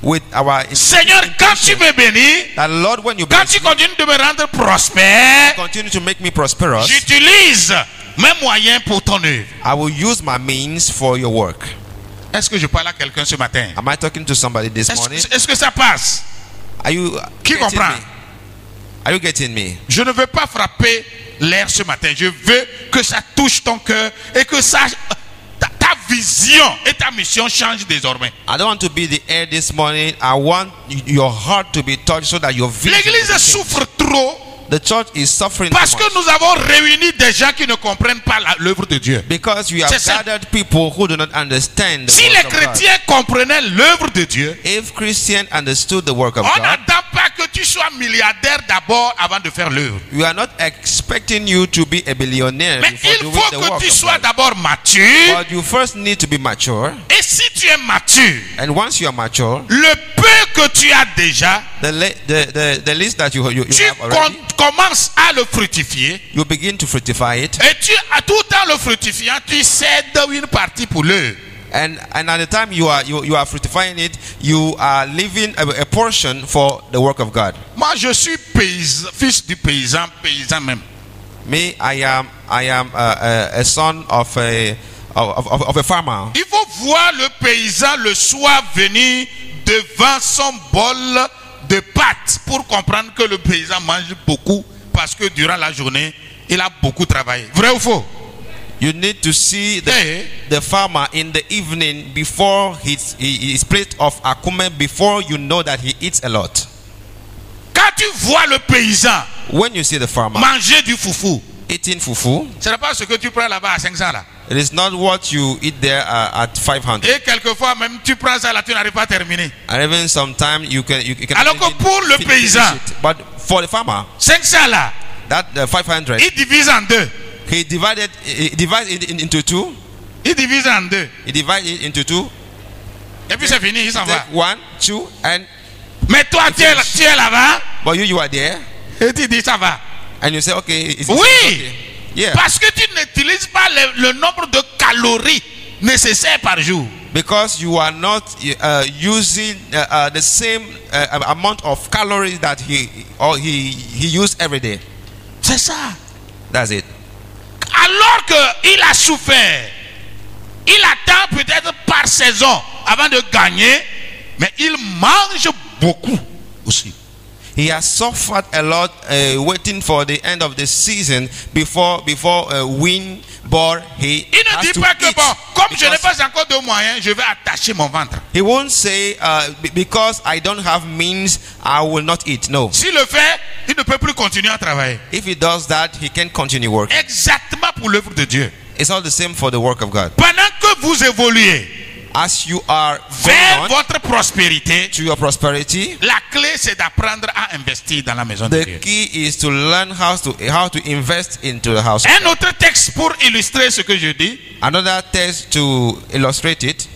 Speaker 2: with our
Speaker 1: Seigneur, quand tu me bénis,
Speaker 2: that Lord, when you
Speaker 1: quand
Speaker 2: bless,
Speaker 1: tu continues de me rendre prospère,
Speaker 2: continue to make me prosperous.
Speaker 1: j'utilise mes moyens pour ton œuvre.
Speaker 2: I will use my means for your work.
Speaker 1: Est-ce que je parle à quelqu'un ce matin?
Speaker 2: Am I talking to somebody this
Speaker 1: Est-ce
Speaker 2: morning?
Speaker 1: est-ce que ça passe?
Speaker 2: Are you
Speaker 1: Qui
Speaker 2: getting
Speaker 1: comprend?
Speaker 2: me? Are you getting me?
Speaker 1: Je ne veux pas frapper l'air ce matin. Je veux que ça touche ton cœur et que ça, ta, ta vision et ta mission changent désormais.
Speaker 2: I don't want to be the air this morning. I want y- your heart to be touched so that your vision.
Speaker 1: L'Église souffre trop
Speaker 2: The church is suffering too
Speaker 1: parce que
Speaker 2: much
Speaker 1: nous avons réuni des gens qui ne comprennent pas la- l'œuvre de Dieu.
Speaker 2: because you have
Speaker 1: C'est simple.
Speaker 2: gathered people who do not understand the
Speaker 1: Si les
Speaker 2: work of God.
Speaker 1: chrétiens comprenaient l'œuvre de Dieu,
Speaker 2: If Christian understood the work of
Speaker 1: on
Speaker 2: God,
Speaker 1: n'attend pas que tu sois milliardaire d'abord avant de faire l'œuvre.
Speaker 2: we are not expecting you to be a billionaire
Speaker 1: Mais
Speaker 2: before
Speaker 1: il
Speaker 2: doing
Speaker 1: faut
Speaker 2: the work
Speaker 1: que tu
Speaker 2: of
Speaker 1: sois
Speaker 2: God.
Speaker 1: d'abord mature.
Speaker 2: But you first need to be mature,
Speaker 1: Et si tu es mature,
Speaker 2: and once you are mature,
Speaker 1: le peu que tu as déjà,
Speaker 2: the le- the, the, the list that you, you, you
Speaker 1: tu
Speaker 2: have already,
Speaker 1: com- commences à le fructifier.
Speaker 2: you begin to fructify it.
Speaker 1: Et tu, à tout en le fructifiant, tu cèdes une partie pour l'œuvre.
Speaker 2: And and at the time you are you, you are fructifying it, you are leaving a, a portion for the work of God.
Speaker 1: Moi, je suis paysan, fils du paysan, paysan même.
Speaker 2: Me, I am I am uh, a, a son of a of, of, of a farmer.
Speaker 1: Il faut voir le paysan le soir venir devant son bol de pâtes pour comprendre que le paysan mange beaucoup parce que durant la journée, il a beaucoup travaillé. Vrai ou faux
Speaker 2: You need to see the,
Speaker 1: Eh?
Speaker 2: the farmer in the evening before his he- his plate of akume before you know that he eats a lot.
Speaker 1: Quand tu vois le paysan
Speaker 2: When you see the farmer
Speaker 1: manger du foufou,
Speaker 2: eating fufu,
Speaker 1: ce n'est pas ce que tu prends là-bas à 500 là.
Speaker 2: it is not what you eat there uh, at 500.
Speaker 1: Et quelquefois même tu prends ça là, tu n'arrives pas à terminer.
Speaker 2: And even sometimes you can you, you can.
Speaker 1: Alors que pour le paysan,
Speaker 2: but for the farmer,
Speaker 1: 500 là,
Speaker 2: that the 500
Speaker 1: il divise en deux.
Speaker 2: he divided he divided it in- into two
Speaker 1: Il divise en deux.
Speaker 2: he divided it into two
Speaker 1: Et puis c'est fini, il s'en
Speaker 2: take
Speaker 1: va.
Speaker 2: one two and
Speaker 1: Mais toi, tu es, là- tu es là-bas
Speaker 2: but you you are there
Speaker 1: et tu dis ça va.
Speaker 2: and you say okay it's, it's
Speaker 1: Oui,
Speaker 2: okay. yeah
Speaker 1: parce que tu n'utilises pas le, le nombre de calories nécessaires par jour.
Speaker 2: because you are not uh, using uh, uh, the same uh, amount of calories that he or he he used every day
Speaker 1: C'est ça.
Speaker 2: that's it
Speaker 1: Alors qu'il a souffert, il attend peut-être par saison avant de gagner, mais il mange beaucoup aussi.
Speaker 2: he has suffered a lot uh, waiting for the end of the season before before uh, win but he
Speaker 1: Il ne
Speaker 2: has
Speaker 1: dit
Speaker 2: to
Speaker 1: pas que
Speaker 2: eat
Speaker 1: bon, comme je n'ai
Speaker 2: because
Speaker 1: pas encore de moyens, je vais attacher mon ventre.
Speaker 2: He won't say, uh, be- because I don't have means, I will not eat. No.
Speaker 1: S'il le fait, il ne peut plus continuer à travailler.
Speaker 2: If he does that, he can continue work.
Speaker 1: Exactement pour l'œuvre de Dieu.
Speaker 2: It's all the same for the work of God.
Speaker 1: Pendant que vous évoluez
Speaker 2: As you are
Speaker 1: vers
Speaker 2: going on
Speaker 1: votre prospérité,
Speaker 2: to your prosperity,
Speaker 1: la clé c'est d'apprendre à investir dans la maison de
Speaker 2: the
Speaker 1: Dieu.
Speaker 2: key is to learn how to how to invest into the house.
Speaker 1: Un autre texte pour illustrer ce que je dis.
Speaker 2: Another test to illustrate it.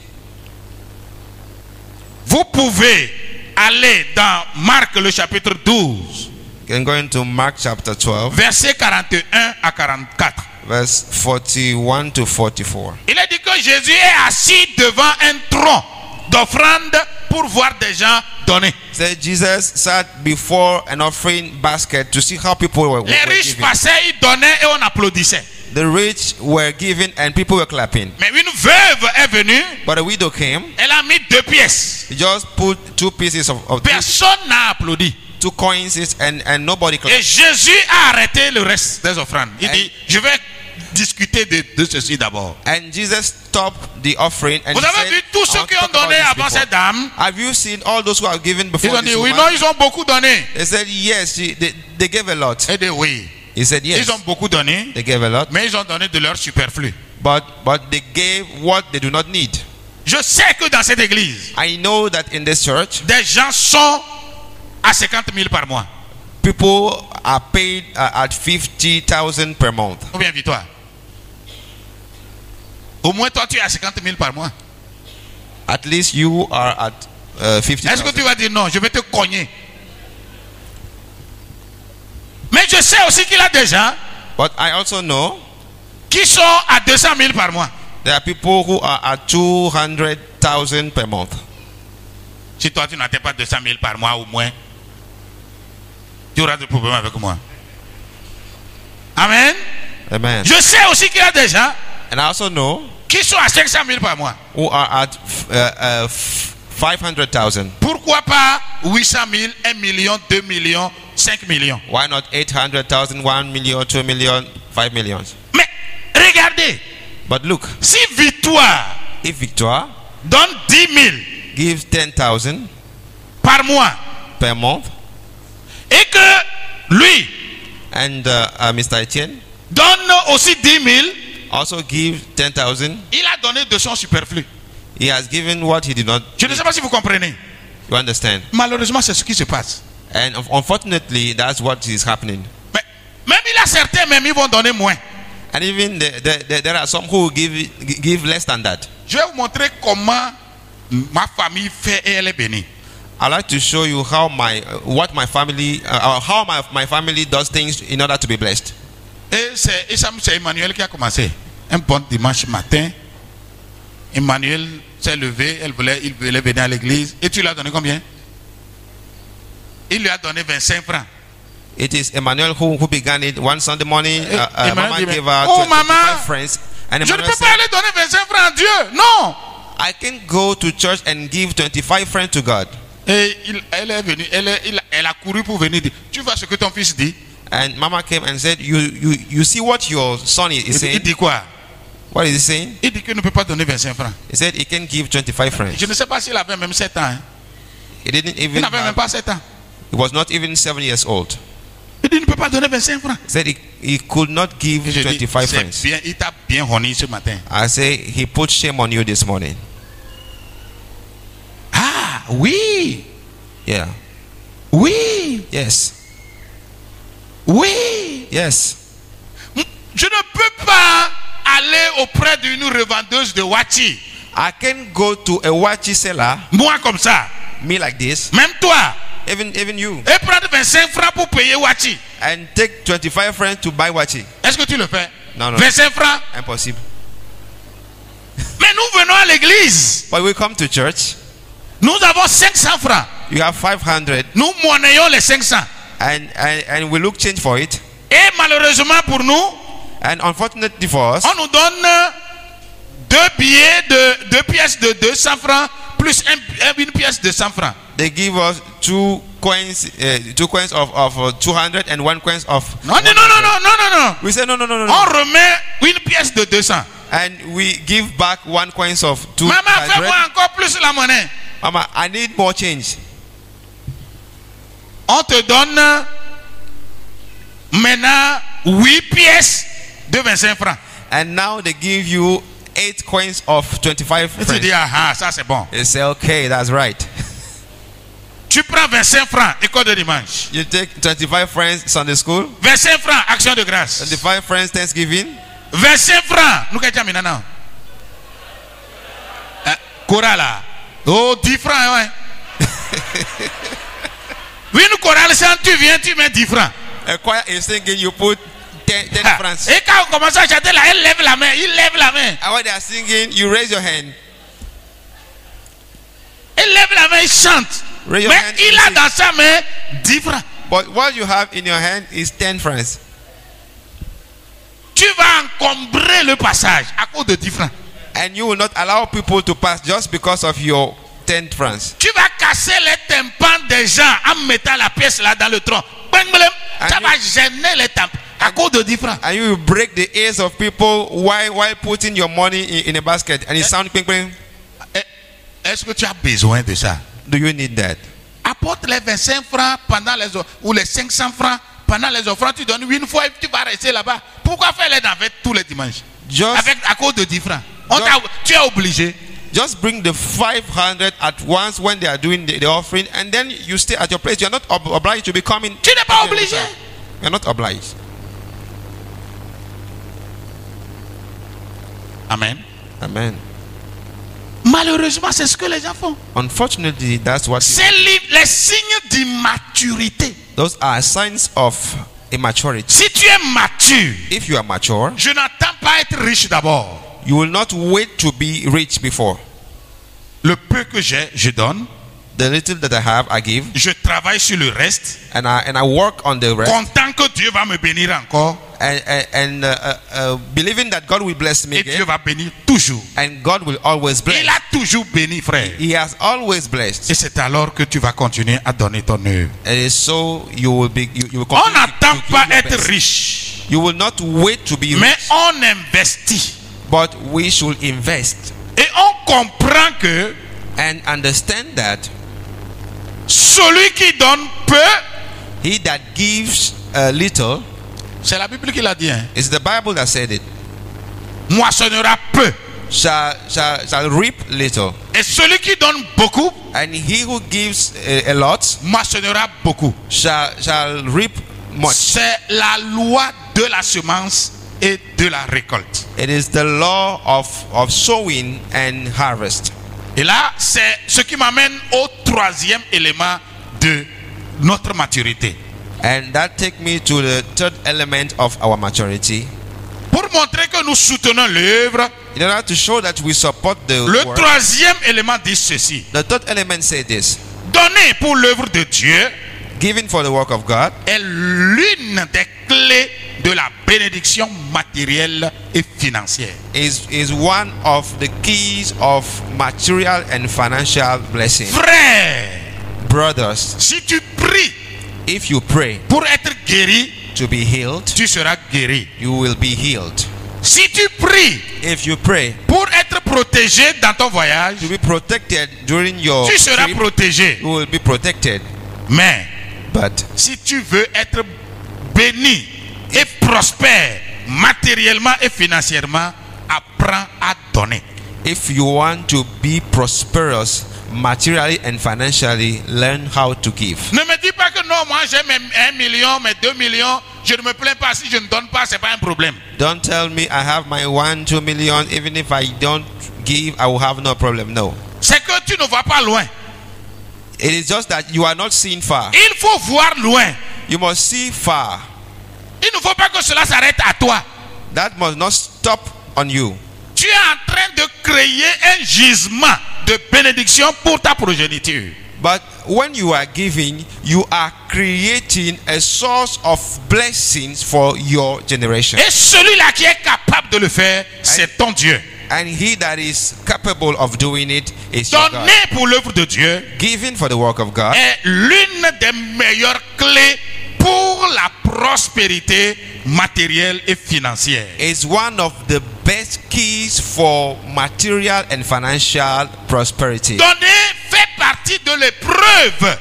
Speaker 1: Vous pouvez aller dans Marc le chapitre 12,
Speaker 2: I'm going to Mark chapter 12,
Speaker 1: versets 41 à 44.
Speaker 2: verse 41 to 44.
Speaker 1: Il est dit que Jésus est assis devant un tronc d'offrande pour voir des gens donné.
Speaker 2: Said Jesus sat before an offering basket to see how people were, were
Speaker 1: Les riches
Speaker 2: giving.
Speaker 1: passaient, ils donnaient et on applaudissait.
Speaker 2: The rich were giving and people were clapping.
Speaker 1: Mais une veuve est venue,
Speaker 2: But a widow came.
Speaker 1: elle a mis deux pièces.
Speaker 2: He just put two pieces of, of
Speaker 1: Personne n'a applaudi.
Speaker 2: two coins and, and nobody clapped.
Speaker 1: Et Jésus a arrêté le reste des offrandes. Il dit, je vais discuter de, de ceci d'abord.
Speaker 2: And Jesus stopped the offering and
Speaker 1: Vous
Speaker 2: he
Speaker 1: avez
Speaker 2: said,
Speaker 1: vu tous
Speaker 2: "I
Speaker 1: ceux
Speaker 2: want to
Speaker 1: qui ont
Speaker 2: talk about
Speaker 1: donné
Speaker 2: this
Speaker 1: avant
Speaker 2: before."
Speaker 1: cette dame
Speaker 2: Have you seen all those who have given
Speaker 1: Ils
Speaker 2: before
Speaker 1: ont
Speaker 2: this
Speaker 1: dit, oui,
Speaker 2: woman?
Speaker 1: non, ils ont beaucoup donné.
Speaker 2: They said yes. She, they, they gave a lot.
Speaker 1: Et dit, oui,
Speaker 2: He said yes.
Speaker 1: ils ont beaucoup donné,
Speaker 2: They gave a lot,
Speaker 1: mais ils ont donné de leur superflu.
Speaker 2: but but they gave what they do not need.
Speaker 1: Je sais que dans cette église,
Speaker 2: I know that in this church,
Speaker 1: des gens sont à 50 000 par mois.
Speaker 2: people are paid uh, at fifty thousand per month.
Speaker 1: Combien vis-toi Au moins, toi, tu es à 50 000 par mois.
Speaker 2: At least you are at uh, fifty
Speaker 1: Est-ce que
Speaker 2: thousand.
Speaker 1: tu vas dire non, je vais te cogner Mais je sais aussi qu'il y a des gens
Speaker 2: But I also know
Speaker 1: qui sont à 200 000 par mois.
Speaker 2: there are people who are at two hundred thousand per month.
Speaker 1: Si toi, tu n'atteins pas 200 000 par mois au moins, tu auras des problèmes avec moi. Amen.
Speaker 2: Amen.
Speaker 1: Je sais aussi qu'il y a des gens
Speaker 2: And I also know
Speaker 1: qui sont à 500 000 par mois.
Speaker 2: who are at uh, uh, five hundred thousand.
Speaker 1: Pourquoi pas 800 000, 1 million, 2 millions, 5 millions
Speaker 2: Why not 800,000, 1 million, 2 million, 5 million?
Speaker 1: Mais regardez,
Speaker 2: But look,
Speaker 1: si Victoire
Speaker 2: if Victoire
Speaker 1: donne 10 000
Speaker 2: gives 10,000
Speaker 1: par mois
Speaker 2: per month
Speaker 1: et que lui
Speaker 2: and uh, uh, Mr. Etienne
Speaker 1: donne aussi 10 000,
Speaker 2: also gives 10,000,
Speaker 1: il a donné de son superflu.
Speaker 2: he has given what he did not.
Speaker 1: Je ne sais pas si vous comprenez.
Speaker 2: You understand?
Speaker 1: Malheureusement, c'est ce qui se passe.
Speaker 2: And un- unfortunately, that's what is happening.
Speaker 1: Mais même il a certains, même ils vont donner moins.
Speaker 2: And even the, the, the, there are some who give, gi- give less than that.
Speaker 1: Je vais vous montrer comment ma famille fait et elle est bénie.
Speaker 2: I'd like to show you how my, uh, what my family, uh, or how my, my family does things in order to be blessed.
Speaker 1: Et c'est et ça, c'est Emmanuel qui a commencé. Un bon dimanche matin, Emmanuel s'est levé, elle voulait, il voulait venir à l'église. Et tu lui as donné combien Il lui a donné 25 francs.
Speaker 2: It is Emmanuel who, who began it one Sunday morning.
Speaker 1: Eh,
Speaker 2: Uh, uh,
Speaker 1: Emmanuel
Speaker 2: Mama
Speaker 1: gave me-
Speaker 2: gave her
Speaker 1: Oh,
Speaker 2: 25
Speaker 1: Mama.
Speaker 2: friends.
Speaker 1: Je ne
Speaker 2: And Emmanuel
Speaker 1: peux pas
Speaker 2: said,
Speaker 1: aller donner 25 francs à Dieu, non
Speaker 2: I can go to church and give 25 friends to God.
Speaker 1: Et il- elle est venue, elle, est- il- elle a couru pour venir dire Tu vois ce que ton fils dit
Speaker 2: And Mama came and said, You, you, you see what your son is,
Speaker 1: il,
Speaker 2: is
Speaker 1: dit- il
Speaker 2: saying?
Speaker 1: dit quoi
Speaker 2: What is he saying?
Speaker 1: Il dit qu'il ne peut pas donner 25 francs.
Speaker 2: He said, He can give 25 friends.
Speaker 1: Je ne sais pas s'il avait même 7 ans. hein.
Speaker 2: He didn't
Speaker 1: Il
Speaker 2: even,
Speaker 1: n'avait même
Speaker 2: have,
Speaker 1: pas 7 ans.
Speaker 2: he was not even seven years old.
Speaker 1: Il dit, il ne peut pas donner 25 francs.
Speaker 2: He said, He, he could not give
Speaker 1: Et je dis,
Speaker 2: 25
Speaker 1: c'est
Speaker 2: friends.
Speaker 1: bien, il t'a bien honni ce matin.
Speaker 2: I say, He put shame on you this morning.
Speaker 1: Ah, oui,
Speaker 2: Yeah.
Speaker 1: oui,
Speaker 2: Yes.
Speaker 1: oui.
Speaker 2: Yes.
Speaker 1: Je ne peux pas aller auprès d'une revendeuse de Wati.
Speaker 2: I can go to a wachi seller,
Speaker 1: Moi comme ça,
Speaker 2: me like this,
Speaker 1: même toi,
Speaker 2: even, even you.
Speaker 1: et prendre 25 francs pour payer Wati.
Speaker 2: and take 25 friends to buy wachi.
Speaker 1: Est-ce que tu le fais
Speaker 2: Non, non.
Speaker 1: 25 francs.
Speaker 2: Impossible.
Speaker 1: Mais nous venons à l'église.
Speaker 2: But we come to church,
Speaker 1: Nous avons 500 francs.
Speaker 2: you have 500,
Speaker 1: Nous monnayons les 500.
Speaker 2: and, and, and we look change for it.
Speaker 1: Et malheureusement pour nous,
Speaker 2: And unfortunately for us,
Speaker 1: on nous donne euh, deux billets de deux pièces de 200 francs plus un- un- une pièce de 100 francs.
Speaker 2: they give us two coins, uh, two coins of, of uh, 200 and one coins of.
Speaker 1: Non, on dit non, non, non, non, non, non.
Speaker 2: We say no, no, no, no, no.
Speaker 1: On remet une pièce de 200.
Speaker 2: And we give back one coins of
Speaker 1: Maman,
Speaker 2: 200.
Speaker 1: fais-moi encore plus la monnaie.
Speaker 2: Mama, I need more change.
Speaker 1: On te donne euh, maintenant 8 pièces de 25 francs.
Speaker 2: And now they give you eight coins of 25
Speaker 1: Et tu dis,
Speaker 2: francs.
Speaker 1: ah, ah, ça c'est bon.
Speaker 2: They say, okay, that's right.
Speaker 1: Tu prends 25 francs, école de dimanche.
Speaker 2: You take 25 francs Sunday school,
Speaker 1: 25 francs, action de grâce.
Speaker 2: 25 francs Thanksgiving,
Speaker 1: 25 francs. Nous qu'est-ce que maintenant Hein, Chorale. là. Oh, 10 francs, ouais. oui, nous chorale, c'est quand tu viens, tu mets 10 francs.
Speaker 2: A choir is singing, you put 10, 10
Speaker 1: Ah.
Speaker 2: francs.
Speaker 1: Et quand on commence à chanter là, elle lève la main, il lève la main.
Speaker 2: And when they are singing, you raise your hand.
Speaker 1: Il lève la main, il chante.
Speaker 2: Raise your
Speaker 1: Mais
Speaker 2: hand
Speaker 1: il
Speaker 2: and
Speaker 1: a
Speaker 2: sing.
Speaker 1: dans sa main 10 francs.
Speaker 2: But what you have in your hand is 10 francs.
Speaker 1: Tu vas encombrer le passage à cause de 10 francs.
Speaker 2: And you will not allow people to pass just because of your 10 francs.
Speaker 1: Tu vas casser les tympans des gens en mettant la pièce là dans le tronc. Bang, blam. Ça
Speaker 2: And
Speaker 1: va gêner les tympans à cause de 10 francs.
Speaker 2: And you will break the ears of people while, while putting your money in, in a basket. And it sounds ping ping.
Speaker 1: Eh, Est-ce que tu as besoin de ça?
Speaker 2: Do you need that?
Speaker 1: Apporte les 25 francs pendant les o- ou les 500 francs pendant les offrandes. Tu donnes une fois et tu vas rester là-bas. Pourquoi faire les navettes tous les dimanches
Speaker 2: Just,
Speaker 1: avec à cause de 10 francs On
Speaker 2: Donc-
Speaker 1: t'a- Tu es obligé.
Speaker 2: just bring the 500 at once when they are doing the, the offering. And then you stay at your place. You are not ob- obliged to be coming.
Speaker 1: Tu n'es pas obligé.
Speaker 2: You are not obliged.
Speaker 1: Amen.
Speaker 2: Amen.
Speaker 1: Malheureusement, c'est ce que les gens font.
Speaker 2: Unfortunately, that's what.
Speaker 1: C'est li- les signes d'immaturité.
Speaker 2: Those are signs of immaturity.
Speaker 1: Si tu es mature,
Speaker 2: If you are mature,
Speaker 1: je n'entends pas être riche d'abord.
Speaker 2: you will not wait to be rich before.
Speaker 1: Le peu que j'ai, je donne.
Speaker 2: The little that I have, I give,
Speaker 1: Je travaille sur le reste,
Speaker 2: and I and I work on the rest,
Speaker 1: content que Dieu va me bénir encore
Speaker 2: and and, and uh, uh, uh, believing that God will bless me
Speaker 1: et Dieu
Speaker 2: again,
Speaker 1: va bénir toujours.
Speaker 2: and God will always
Speaker 1: Il
Speaker 2: bless.
Speaker 1: a toujours béni, frère.
Speaker 2: He has always
Speaker 1: Et
Speaker 2: blessed,
Speaker 1: c'est alors que tu vas continuer à donner ton œuvre.
Speaker 2: and it's so you will be you, you will
Speaker 1: On
Speaker 2: continue to- to
Speaker 1: n'attend
Speaker 2: give
Speaker 1: pas
Speaker 2: your
Speaker 1: être
Speaker 2: best.
Speaker 1: riche,
Speaker 2: You will not wait to be
Speaker 1: mais
Speaker 2: rich,
Speaker 1: on investit.
Speaker 2: but we should invest
Speaker 1: Et on comprend que
Speaker 2: and understand that
Speaker 1: celui qui donne peu,
Speaker 2: he that gives a little
Speaker 1: c'est la Bible qui l'a dit, hein,
Speaker 2: is the Bible that said it.
Speaker 1: moissonnera peu.
Speaker 2: shall, shall, shall reap little,
Speaker 1: Et celui qui donne beaucoup,
Speaker 2: and he who gives a, a lot
Speaker 1: moissonnera beaucoup.
Speaker 2: shall, shall reap much.
Speaker 1: C'est la loi de la semence et de la récolte.
Speaker 2: It is the law of, of sowing and harvest.
Speaker 1: Et là, c'est ce qui m'amène au troisième élément de notre maturité.
Speaker 2: And that take me to the third element of our maturity.
Speaker 1: Pour montrer que nous soutenons l'œuvre,
Speaker 2: In order to show that we support the
Speaker 1: le
Speaker 2: work,
Speaker 1: troisième élément dit ceci.
Speaker 2: the third element says this
Speaker 1: Donner pour l'œuvre de Dieu
Speaker 2: giving for the work of God
Speaker 1: est l'une des clés de la bénédiction matérielle et financière.
Speaker 2: is, is one of the keys of material and financial blessing.
Speaker 1: Frère,
Speaker 2: Brothers,
Speaker 1: si tu pries
Speaker 2: if you pray
Speaker 1: pour être guéri,
Speaker 2: to be healed,
Speaker 1: tu seras guéri.
Speaker 2: you will be healed.
Speaker 1: Si tu pries
Speaker 2: If you pray
Speaker 1: pour être protégé dans ton voyage,
Speaker 2: to be protected during your
Speaker 1: tu seras
Speaker 2: trip,
Speaker 1: protégé.
Speaker 2: you will be protected.
Speaker 1: Mais
Speaker 2: But
Speaker 1: si tu veux être béni et prospère matériellement et financièrement, apprends à donner.
Speaker 2: if you want to be prosperous materially and financially, learn how to give.
Speaker 1: Ne me dis pas que non, moi j'ai mes un million, mes deux millions, je ne me plains pas si je ne donne pas, c'est pas un problème.
Speaker 2: Don't tell me I have my one, two million. Even if I don't give, I will have no problem. No.
Speaker 1: C'est que tu ne vois pas loin.
Speaker 2: It is just that you are not seeing far.
Speaker 1: Il faut voir loin.
Speaker 2: You must see far.
Speaker 1: Il ne faut pas que cela s'arrête à toi.
Speaker 2: That must not stop on you.
Speaker 1: Tu es en train de créer un gisement de bénédiction pour ta progéniture.
Speaker 2: But when you are giving, you are creating a source of blessings for your generation.
Speaker 1: Et celui-là qui est capable de le faire, c'est ton Dieu.
Speaker 2: And he that is capable of doing it is your God.
Speaker 1: Donner pour l'œuvre de Dieu
Speaker 2: Giving for the work of God
Speaker 1: est l'une des meilleures clés pour la prospérité matérielle et financière.
Speaker 2: is one of the best keys for material and financial prosperity.
Speaker 1: Donner fait partie de l'épreuve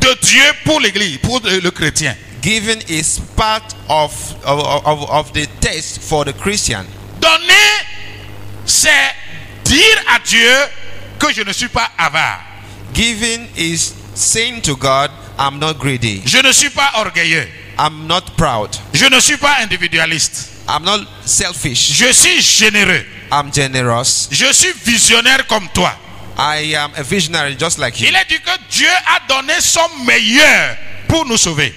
Speaker 1: de Dieu pour l'Église, pour le le chrétien.
Speaker 2: Giving is part of, of, of, of the test for the Christian.
Speaker 1: Donner, c'est dire à Dieu que je ne suis pas avare,
Speaker 2: Giving is saying to God, I'm not greedy,
Speaker 1: je ne suis pas orgueilleux,
Speaker 2: I'm not proud,
Speaker 1: je ne suis pas individualiste,
Speaker 2: I'm not selfish,
Speaker 1: je suis généreux,
Speaker 2: I'm generous,
Speaker 1: je suis visionnaire comme toi.
Speaker 2: I am a visionary just like you.
Speaker 1: Il est dit que Dieu a donné son meilleur pour nous sauver.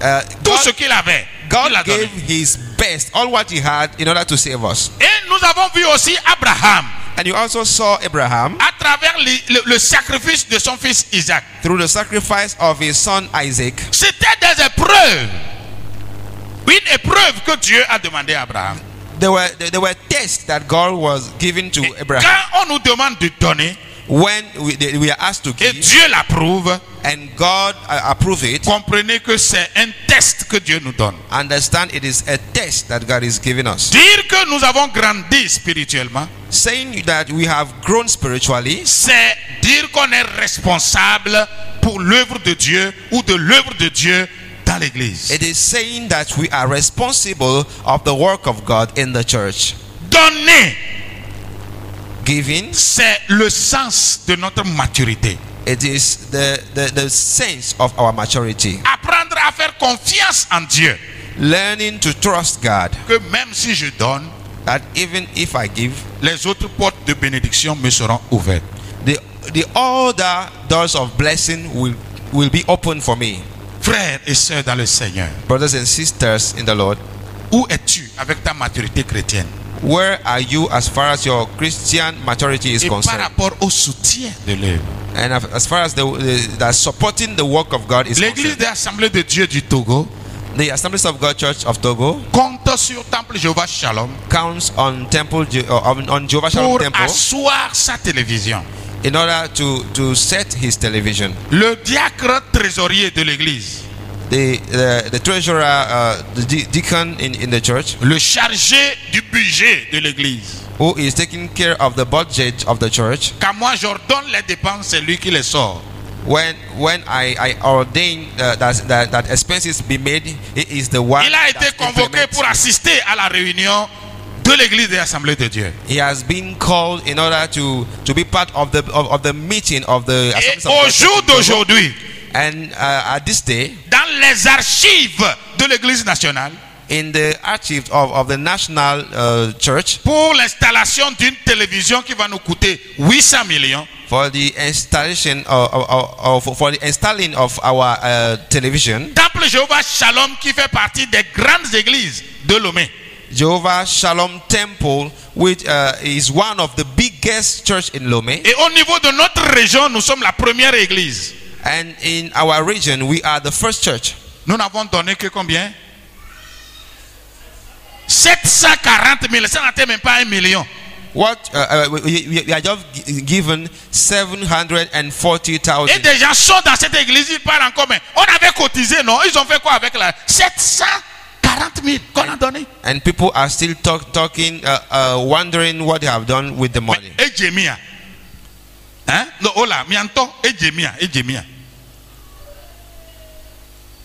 Speaker 2: Uh,
Speaker 1: Tout ce
Speaker 2: God,
Speaker 1: qu'il avait, il l'a
Speaker 2: God
Speaker 1: donné.
Speaker 2: gave his best, all what he had, in order to save us.
Speaker 1: Et nous avons vu aussi Abraham
Speaker 2: And you also saw Abraham
Speaker 1: à travers le, le- le sacrifice de son fils Isaac.
Speaker 2: through the sacrifice of his son Isaac.
Speaker 1: C'était des épreuves. Une épreuve que Dieu a demandé à Abraham.
Speaker 2: There were there were tests that God was giving to
Speaker 1: Et
Speaker 2: Abraham
Speaker 1: quand on nous demande de donner
Speaker 2: when we, they- we are asked to
Speaker 1: et
Speaker 2: give,
Speaker 1: Dieu l'approuve,
Speaker 2: and God uh, approve it.
Speaker 1: comprenez que c'est un test que Dieu nous donne.
Speaker 2: Understand, it is a test that God is giving us,
Speaker 1: Dire que nous avons grandi spirituellement,
Speaker 2: saying that we have grown spiritually.
Speaker 1: c'est dire qu'on est responsable pour l'œuvre de Dieu ou de l'œuvre de Dieu dans l'Église.
Speaker 2: It is saying that we are responsible of the work of God in the church.
Speaker 1: Donner,
Speaker 2: Giving,
Speaker 1: c'est le sens de notre maturité.
Speaker 2: it is the, the, the sense of our maturity.
Speaker 1: Apprendre à faire confiance en Dieu.
Speaker 2: Learning to trust God
Speaker 1: Que même si je donne,
Speaker 2: that even if I give,
Speaker 1: les autres portes de bénédiction me seront ouvertes.
Speaker 2: the, the other doors of blessing will, will be open for me.
Speaker 1: Frères et sœurs dans le Seigneur,
Speaker 2: Brothers and sisters in the Lord,
Speaker 1: où es-tu avec ta maturité chrétienne
Speaker 2: where are you as far as your Christian maturity is
Speaker 1: Et par
Speaker 2: concerned?
Speaker 1: rapport au soutien de l'œuvre.
Speaker 2: And af- as far as the, the that supporting the work of God is
Speaker 1: L'église
Speaker 2: concerned,
Speaker 1: des Assemblées de Dieu du Togo
Speaker 2: the Assemblies of God Church of Togo
Speaker 1: compte sur Temple Jéhovah Shalom
Speaker 2: counts on temple Je- uh, on, on Jehovah Shalom
Speaker 1: pour
Speaker 2: temple
Speaker 1: asseoir sa télévision.
Speaker 2: in order to to set his television.
Speaker 1: Le diacre trésorier de l'église,
Speaker 2: The the, the treasurer, uh, the de- deacon in, in the church,
Speaker 1: le chargé du budget de l'église.
Speaker 2: who is taking care of the budget of the church.
Speaker 1: Quand moi j'ordonne les dépenses, c'est lui qui les sort.
Speaker 2: When when I I ordain uh, that, that that expenses be made, he is the one.
Speaker 1: Il a
Speaker 2: that
Speaker 1: été convoqué
Speaker 2: implements
Speaker 1: pour assister à la réunion de l'église des Assemblées de Dieu.
Speaker 2: He has been called in order to to be part of the of, of the meeting of the
Speaker 1: Et
Speaker 2: Assemblies of
Speaker 1: au
Speaker 2: God Church
Speaker 1: jour
Speaker 2: of Togo.
Speaker 1: d'aujourd'hui,
Speaker 2: And uh, at this day,
Speaker 1: dans les archives de l'église nationale,
Speaker 2: in the archives of, of the National uh, Church,
Speaker 1: pour l'installation d'une télévision qui va nous coûter 800 millions,
Speaker 2: for the installation of, of, of- for the installing of our uh, television,
Speaker 1: Temple Jéhovah Shalom qui fait partie des grandes églises de Lomé.
Speaker 2: Jehovah Shalom Temple, which uh, is one of the biggest church in Lomé,
Speaker 1: Et au niveau de notre région, nous sommes la première église.
Speaker 2: and in our region, we are the first church.
Speaker 1: Nous n'avons donné que combien 740 000, ça n'atteint même pas un million.
Speaker 2: What uh, uh, we, we- we are just gi- given seven hundred and forty
Speaker 1: Et
Speaker 2: thousand.
Speaker 1: des gens sont dans cette église, ils parlent en commun. On avait cotisé, non Ils ont fait quoi avec la 740 000 qu'on a donné
Speaker 2: And people are still talk, talking, uh, uh, wondering what they have done with the money.
Speaker 1: Et Jémia. Hein Non, hola, mianto, et Jémia, et Jémia.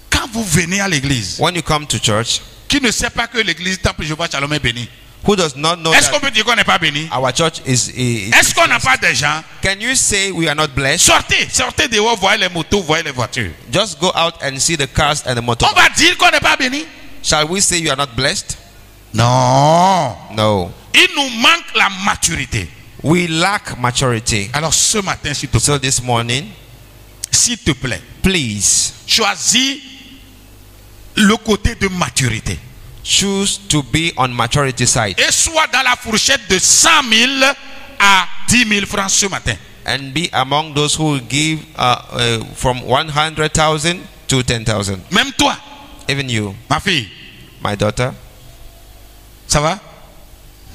Speaker 1: Quand vous venez à l'église,
Speaker 2: When you come to church,
Speaker 1: qui ne sait pas que l'église Temple Jéhovah Shalom est bénie
Speaker 2: who does not know
Speaker 1: Est-ce
Speaker 2: that
Speaker 1: qu'on peut dire qu'on n'est pas béni
Speaker 2: our church is, is
Speaker 1: Est-ce qu'on n'a pas des gens
Speaker 2: can you say we are not blessed
Speaker 1: Sortez, sortez dehors, voyez les motos, voyez les voitures.
Speaker 2: just go out and see the cars and the
Speaker 1: On
Speaker 2: motorbike
Speaker 1: va dire qu'on n'est pas béni
Speaker 2: shall we say you are not blessed
Speaker 1: Non.
Speaker 2: no
Speaker 1: Il nous manque la maturité.
Speaker 2: we lack maturity
Speaker 1: Alors ce matin, s'il te plaît,
Speaker 2: so this morning
Speaker 1: s'il te plaît,
Speaker 2: please
Speaker 1: choisis le côté de maturité.
Speaker 2: choose to be on maturity side
Speaker 1: Et sois dans la fourchette de 100 000 à 10 000 francs ce matin.
Speaker 2: and be among those who will give uh, uh, from 100000 to 10000
Speaker 1: Même toi,
Speaker 2: even you
Speaker 1: ma fille,
Speaker 2: my daughter
Speaker 1: ça va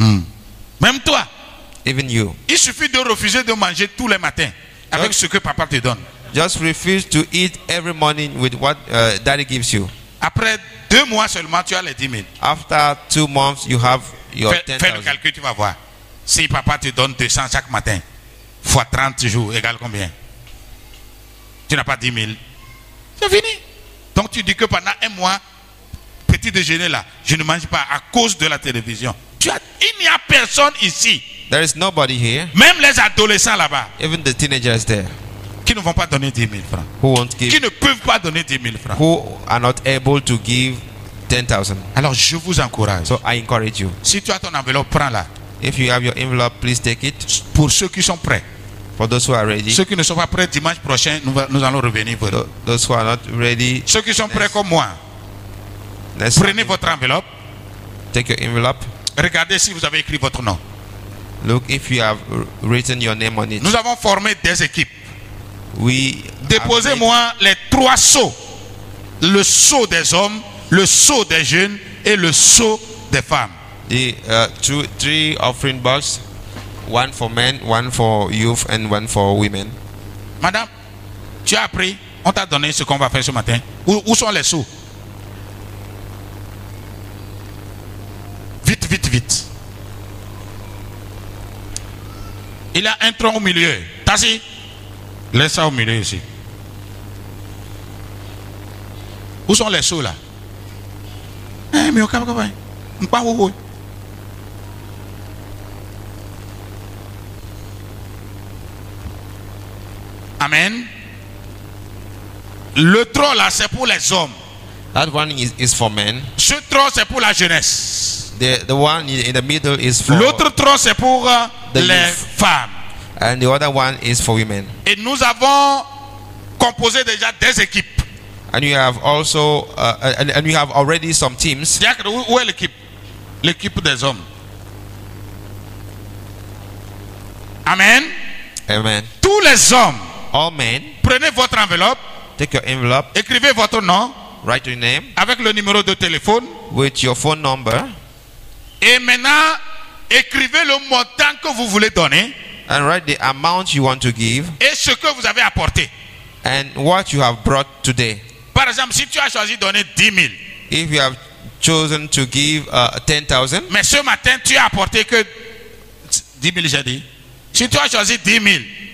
Speaker 1: Hmm. Même toi,
Speaker 2: even you
Speaker 1: il suffit de refuser de manger tous les matins avec
Speaker 2: Donc-
Speaker 1: ce que papa te donne.
Speaker 2: just refuse to eat every morning with what uh, daddy gives you
Speaker 1: Après deux mois seulement, tu as les 10 000.
Speaker 2: after two months you have your
Speaker 1: Fais, fais le
Speaker 2: 10000
Speaker 1: calcul, tu vas voir. Si papa te donne 200 chaque matin, fois 30 jours, égale combien Tu n'as pas 10 000. C'est fini. Donc tu dis que pendant un mois, petit déjeuner là, je ne mange pas à cause de la télévision. Tu as- il n'y a personne ici,
Speaker 2: There is nobody here,
Speaker 1: même les adolescents là-bas,
Speaker 2: even the teenagers there,
Speaker 1: qui ne vont pas donner 10 000 francs.
Speaker 2: who won't
Speaker 1: Qui
Speaker 2: give,
Speaker 1: ne peuvent pas donner 10 000 francs.
Speaker 2: who are not able to give 10,000.
Speaker 1: Alors je vous encourage.
Speaker 2: So I encourage you.
Speaker 1: Si tu as ton enveloppe, prends-la.
Speaker 2: If you have your envelope, please take it.
Speaker 1: Pour ceux qui sont prêts.
Speaker 2: For those who are ready,
Speaker 1: Ceux qui ne sont pas prêts, dimanche prochain, nous, va- nous allons revenir. vers eux.
Speaker 2: tho- those who are not ready,
Speaker 1: Ceux qui sont prêts comme moi,
Speaker 2: let's
Speaker 1: prenez votre enveloppe,
Speaker 2: take your envelope
Speaker 1: regardez si vous avez écrit votre nom.
Speaker 2: Look, if you have written your name on it,
Speaker 1: Nous avons formé des équipes.
Speaker 2: we have made-
Speaker 1: Déposez-moi les trois sauts. Le saut des hommes, le saut des jeunes et le saut des femmes.
Speaker 2: the uh, two, three offering box, one for men, one for youth, and one for women.
Speaker 1: Madame, tu as appris, on t'a donné ce qu'on va faire ce matin. Où, où sont les sous Vite, vite, vite. Il y a un tronc au milieu. Tassi, laisse ça au milieu ici. Où sont les sous là Eh, mais au cap, cap, cap. Pas où, où. Amen. Le tronc là, c'est pour les hommes.
Speaker 2: That one is, is for men.
Speaker 1: Ce tronc, c'est pour la jeunesse.
Speaker 2: The the one in in the middle is for,
Speaker 1: L'autre tronc, c'est pour euh,
Speaker 2: The
Speaker 1: les
Speaker 2: youth.
Speaker 1: femmes.
Speaker 2: and the other one is for women.
Speaker 1: Et nous avons composé déjà des équipes.
Speaker 2: And you have also, uh, and, and you have already some teams.
Speaker 1: Diacre, où, où est l'équipe L'équipe des hommes. Amen.
Speaker 2: Amen.
Speaker 1: Tous les hommes,
Speaker 2: All men,
Speaker 1: prenez votre enveloppe,
Speaker 2: take your envelope,
Speaker 1: écrivez votre nom
Speaker 2: write your name
Speaker 1: avec le numéro de téléphone
Speaker 2: with your phone number,
Speaker 1: et maintenant écrivez le montant que vous voulez donner
Speaker 2: and write the amount you want to give
Speaker 1: et ce que vous avez apporté.
Speaker 2: and what you have brought today.
Speaker 1: Par exemple, si tu as choisi de donner 10 000,
Speaker 2: If you have chosen to give uh, 10,000,
Speaker 1: mais ce matin tu as apporté que 10 000, j'ai dit. Si tu as choisi 10 000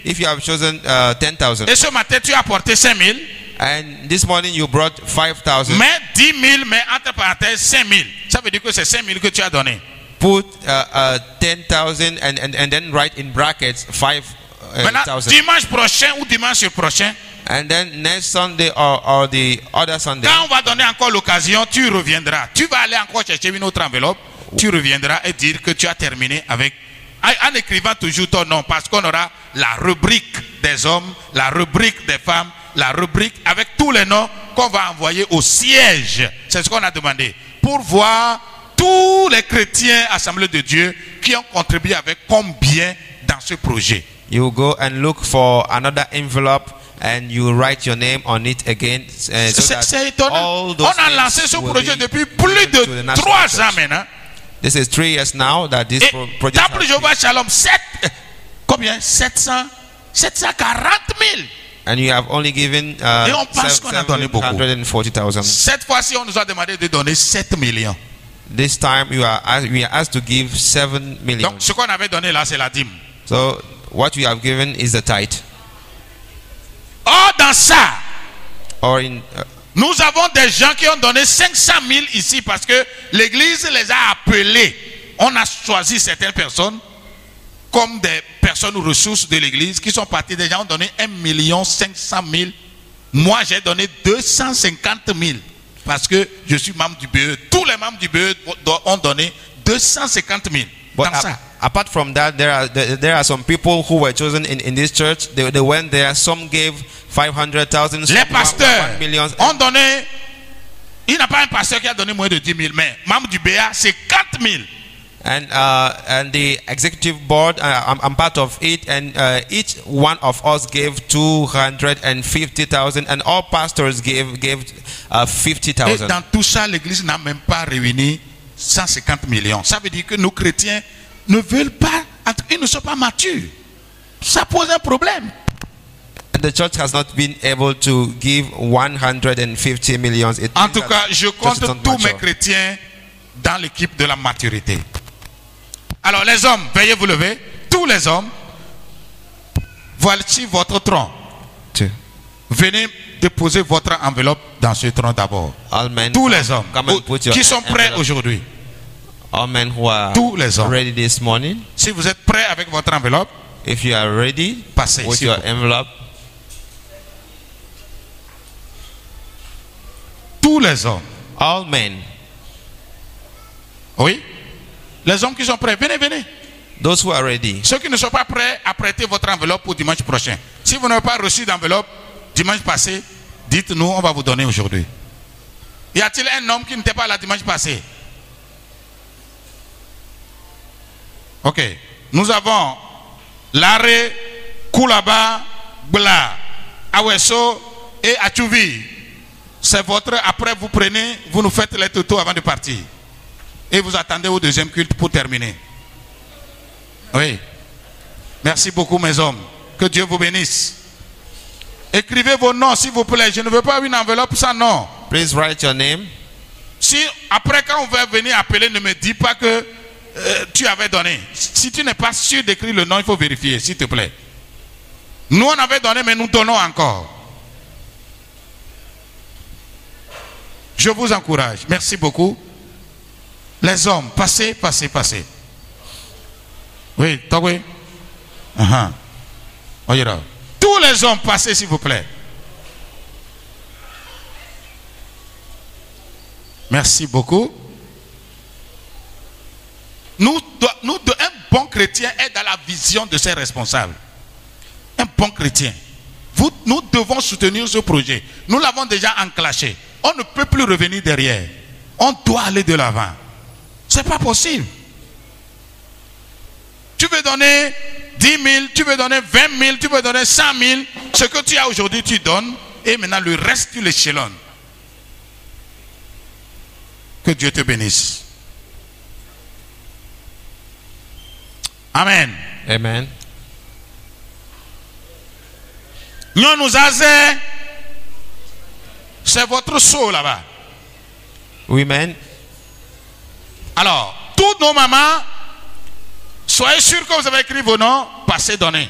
Speaker 2: if you have chosen uh, 10,000,
Speaker 1: et ce matin tu as apporté 5 000,
Speaker 2: and this morning you brought 5,000,
Speaker 1: Mais 10 000, mais entre parenthèses 5 000. Ça veut dire que c'est 5 000 que tu as donné.
Speaker 2: put uh, uh, 10,000 and, and, and then write in brackets
Speaker 1: Maintenant,
Speaker 2: 5,000.
Speaker 1: dimanche prochain ou dimanche prochain,
Speaker 2: And then next Sunday or, or the other Sunday,
Speaker 1: quand on va donner encore l'occasion, tu reviendras. Tu vas aller encore chercher une autre enveloppe, tu reviendras et dire que tu as terminé avec. En en écrivant toujours ton nom, parce qu'on aura la rubrique des hommes, la rubrique des femmes, la rubrique avec tous les noms qu'on va envoyer au siège. C'est ce qu'on a demandé. Pour voir tous les chrétiens assemblés de Dieu qui ont contribué avec combien dans ce projet.
Speaker 2: you go and look for another envelope and you write your name on it again. uh, so
Speaker 1: C'est
Speaker 2: that
Speaker 1: c'est étonnant.
Speaker 2: all those
Speaker 1: On a
Speaker 2: names
Speaker 1: lancé ce
Speaker 2: will
Speaker 1: projet
Speaker 2: be
Speaker 1: depuis plus
Speaker 2: given to the
Speaker 1: de
Speaker 2: National
Speaker 1: trois
Speaker 2: Church.
Speaker 1: ans maintenant.
Speaker 2: This is three years now that this
Speaker 1: Et
Speaker 2: pro- project
Speaker 1: d'après
Speaker 2: has
Speaker 1: Jéhovah Shalom, 7, combien 700, 740 000.
Speaker 2: And you have only given
Speaker 1: Et on
Speaker 2: uh,
Speaker 1: pense qu'on a donné beaucoup.
Speaker 2: 740,000.
Speaker 1: Cette fois-ci, on nous a demandé de donner 7 millions.
Speaker 2: This time you are asked, we are asked to give 7 million.
Speaker 1: Donc, ce qu'on avait donné là, c'est la dîme.
Speaker 2: so what you have given is the tithe.
Speaker 1: Or, dans ça,
Speaker 2: Or in uh,
Speaker 1: nous avons des gens qui ont donné 500 000 ici parce que l'Église les a appelés. On a choisi certaines personnes comme des personnes ou ressources de l'Église qui sont parties. Des gens ont donné 1 500 000. Moi, j'ai donné 250 000 parce que je suis membre du BE. Tous les membres du BE ont donné 250 000
Speaker 2: but
Speaker 1: dans
Speaker 2: a-
Speaker 1: ça.
Speaker 2: apart from that there are there, there are some people who were chosen in, in this church they, they went there some gave 500,000 some
Speaker 1: Les
Speaker 2: one-
Speaker 1: pasteurs
Speaker 2: 1 million
Speaker 1: ont donné. Il n'y a pas un pasteur qui a donné moins de 10 000, mais membre du BA, c'est 4 000.
Speaker 2: and uh, and the executive board uh, I'm, I'm part of it and uh, each one of us gave 250,000 and all pastors gave gave uh,
Speaker 1: Et
Speaker 2: 50,000
Speaker 1: dans tout ça, l'Église n'a même pas réuni 150 millions. Ça veut dire que nos chrétiens ne veulent pas, en tout cas, ils ne sont pas matures. Ça pose un problème.
Speaker 2: And The church has not been able to give 150 million. It
Speaker 1: En
Speaker 2: means
Speaker 1: tout
Speaker 2: that
Speaker 1: cas, je
Speaker 2: churches don't
Speaker 1: compte tous mes
Speaker 2: mature.
Speaker 1: chrétiens dans l'équipe de la maturité. Alors les hommes, veuillez vous lever. Tous les hommes, voici votre tronc.
Speaker 2: Two.
Speaker 1: Venez déposer votre enveloppe dans ce tronc d'abord.
Speaker 2: All men,
Speaker 1: Tous les hommes
Speaker 2: come and
Speaker 1: au-
Speaker 2: put your
Speaker 1: qui sont prêts
Speaker 2: envelope.
Speaker 1: aujourd'hui.
Speaker 2: All men who are
Speaker 1: Tous les hommes.
Speaker 2: ready this morning,
Speaker 1: Si vous êtes prêts avec votre enveloppe,
Speaker 2: if you are ready,
Speaker 1: Passez,
Speaker 2: with
Speaker 1: s'il
Speaker 2: your
Speaker 1: vous plaît.
Speaker 2: envelope.
Speaker 1: tous les hommes.
Speaker 2: All men,
Speaker 1: Oui. Les hommes qui sont prêts, venez, venez.
Speaker 2: those who are ready,
Speaker 1: Ceux qui ne sont pas prêts, apprêtez votre enveloppe pour dimanche prochain. Si vous n'avez pas reçu d'enveloppe dimanche passé, dites-nous, on va vous donner aujourd'hui. Y a-t-il un homme qui n'était pas là dimanche passé Ok. Nous avons Laré, Koulaba, Bla, Aweso et Achouvi. C'est votre. Après, vous prenez, vous nous faites les tutos avant de partir. Et vous attendez au deuxième culte pour terminer. Oui. Merci beaucoup, mes hommes. Que Dieu vous bénisse. Écrivez vos noms, s'il vous plaît. Je ne veux pas une enveloppe sans nom.
Speaker 2: Please write your name.
Speaker 1: Si après quand on va venir appeler, ne me dis pas que euh, tu avais donné. Si tu n'es pas sûr d'écrire le nom, il faut vérifier, s'il te plaît. Nous on avait donné, mais nous donnons encore. Je vous encourage. Merci beaucoup. Les hommes, passez, passez, passez. Oui, Togwe. Uh-huh. Oye là. Tous les hommes, passez, s'il vous plaît. Merci beaucoup. Nous, do- nous do- un bon chrétien est dans la vision de ses responsables. Un bon chrétien. Vous- nous devons soutenir ce projet. Nous l'avons déjà enclenché. On ne peut plus revenir derrière. On doit aller de l'avant. C'est pas possible. Tu veux donner 10 000, tu veux donner 20 000, tu veux donner 100 000. Ce que tu as aujourd'hui, tu donnes. Et maintenant, le reste, tu l'échelonnes. Que Dieu te bénisse. Amen.
Speaker 2: Amen.
Speaker 1: Nyonou Zazé, c'est votre seau là-bas.
Speaker 2: Women,
Speaker 1: Alors, toutes nos mamans, soyez sûrs que vous avez écrit vos noms, passez donner.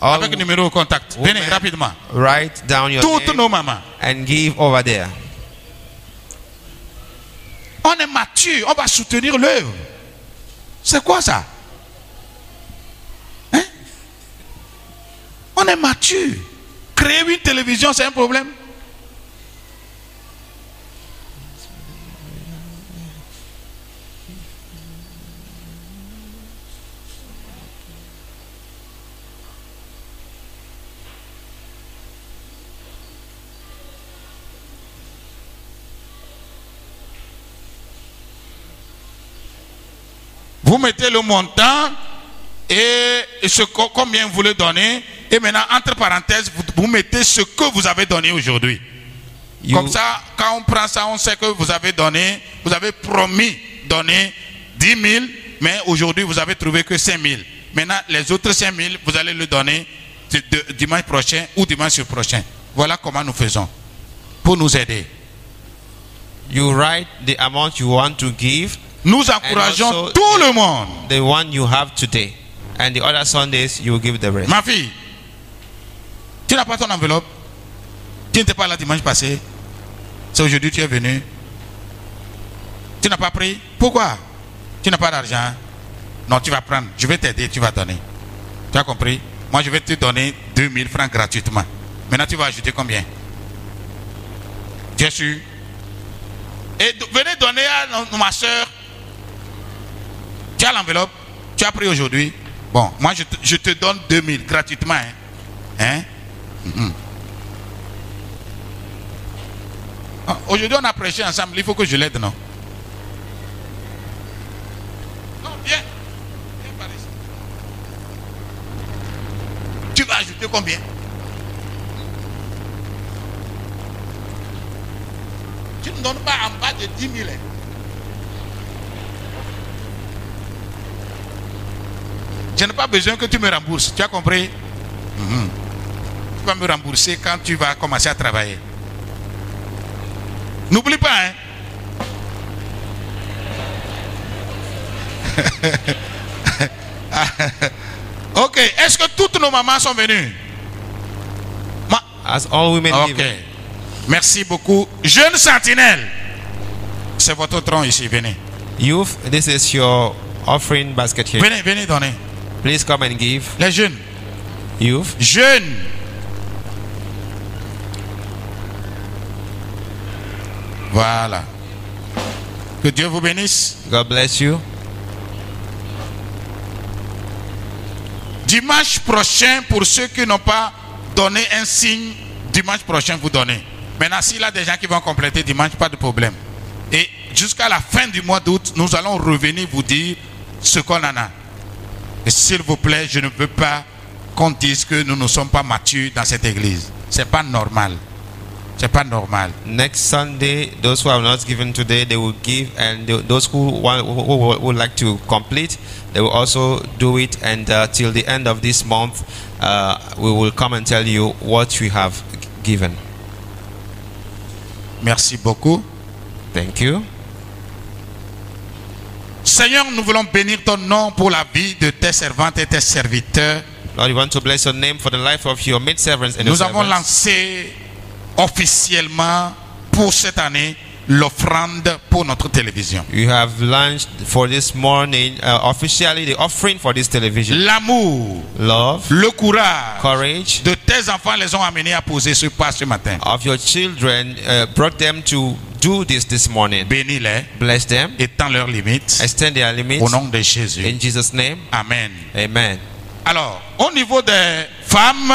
Speaker 2: all
Speaker 1: Avec numéro au contact.
Speaker 2: Women.
Speaker 1: Venez rapidement.
Speaker 2: write down your
Speaker 1: Toutes
Speaker 2: name
Speaker 1: nos mamans.
Speaker 2: and give over there.
Speaker 1: On est mature, on va soutenir l'œuvre. C'est quoi ça Hein On est mature. Créer une télévision, c'est un problème. Vous mettez le montant et ce co- combien vous le donnez. Et maintenant, entre parenthèses, vous, vous mettez ce que vous avez donné aujourd'hui.
Speaker 2: You,
Speaker 1: Comme ça, quand on prend ça, on sait que vous avez donné, vous avez promis donner 10 000, mais aujourd'hui, vous avez trouvé que 5 000. Maintenant, les autres 5 000, vous allez le donner de- de- dimanche prochain ou dimanche prochain. Voilà comment nous faisons pour nous aider.
Speaker 2: you write the amount you want to give,
Speaker 1: Nous encourageons
Speaker 2: also-
Speaker 1: tout le monde.
Speaker 2: the one you have today, and the other Sundays you give the rest.
Speaker 1: Ma fille, tu n'as pas ton enveloppe. Tu n'étais pas là dimanche passé. C'est aujourd'hui que tu es venu. Tu n'as pas pris. Pourquoi Tu n'as pas d'argent. Non, tu vas prendre. Je vais t'aider, tu vas donner. Tu as compris Moi, je vais te donner 2000 francs gratuitement. Maintenant, tu vas ajouter combien Tu es sûr Et do- venez donner à no- ma soeur. Tu as l'enveloppe. Tu as pris aujourd'hui. Bon, moi, je te, je te donne 2000 gratuitement. Hein? Hein? Mhm. Ah, Aujourd'hui, on a prêché ensemble. Il faut que je l'aide, non Non, viens. Viens par ici. Tu vas ajouter combien Tu ne donnes pas en bas de 10 000. hein. Je n'ai pas besoin que tu me rembourses. Tu as compris Mhm. Tu vas me rembourser quand tu vas commencer à travailler. N'oublie pas, hein. Ah. ok, est-ce que toutes nos mamans sont venues Ma-
Speaker 2: As all women
Speaker 1: Ok.
Speaker 2: give.
Speaker 1: Merci beaucoup. Jeune sentinelle. C'est votre tronc ici. Venez.
Speaker 2: Youth, this is your offering basket here.
Speaker 1: Venez, venez donner.
Speaker 2: Please come and give.
Speaker 1: Les jeunes.
Speaker 2: Youth,
Speaker 1: Jeunes. Voilà. Que Dieu vous bénisse.
Speaker 2: God bless you.
Speaker 1: Dimanche prochain, pour ceux qui n'ont pas donné un signe, dimanche prochain, vous donnez. Maintenant, s'il y a des gens qui vont compléter dimanche, pas de problème. Et jusqu'à la fin du mois d'août, nous allons revenir vous dire ce qu'on en a. Et s'il vous plaît, je ne veux pas qu'on dise que nous ne sommes pas matures dans cette église. C'est pas normal. C'est pas normal.
Speaker 2: Next Sunday, those who have not given today, they will give, and th- those who want, who, who who would like to complete, they will also do it. And uh, till the end of this month, uh, we will come and tell you what we have given.
Speaker 1: Merci beaucoup.
Speaker 2: Thank you.
Speaker 1: Seigneur, nous voulons bénir ton nom pour la vie de tes servantes et tes serviteurs.
Speaker 2: Lord, we want to bless your name for the life of your maid servants and your
Speaker 1: Nous avons
Speaker 2: servants.
Speaker 1: lancé officiellement pour cette année l'offrande pour notre télévision.
Speaker 2: You have launched for this morning uh, officially the offering for this television.
Speaker 1: L'amour,
Speaker 2: Love,
Speaker 1: le courage
Speaker 2: courage
Speaker 1: de tes enfants les ont amenés à poser ce pas ce matin.
Speaker 2: of your children uh, brought them to do this this morning.
Speaker 1: Bénis-les,
Speaker 2: Bless them,
Speaker 1: étends leurs limites
Speaker 2: extend their
Speaker 1: au
Speaker 2: limits
Speaker 1: nom de Jésus.
Speaker 2: in Jesus' name.
Speaker 1: Amen.
Speaker 2: Amen.
Speaker 1: Alors, au niveau des femmes,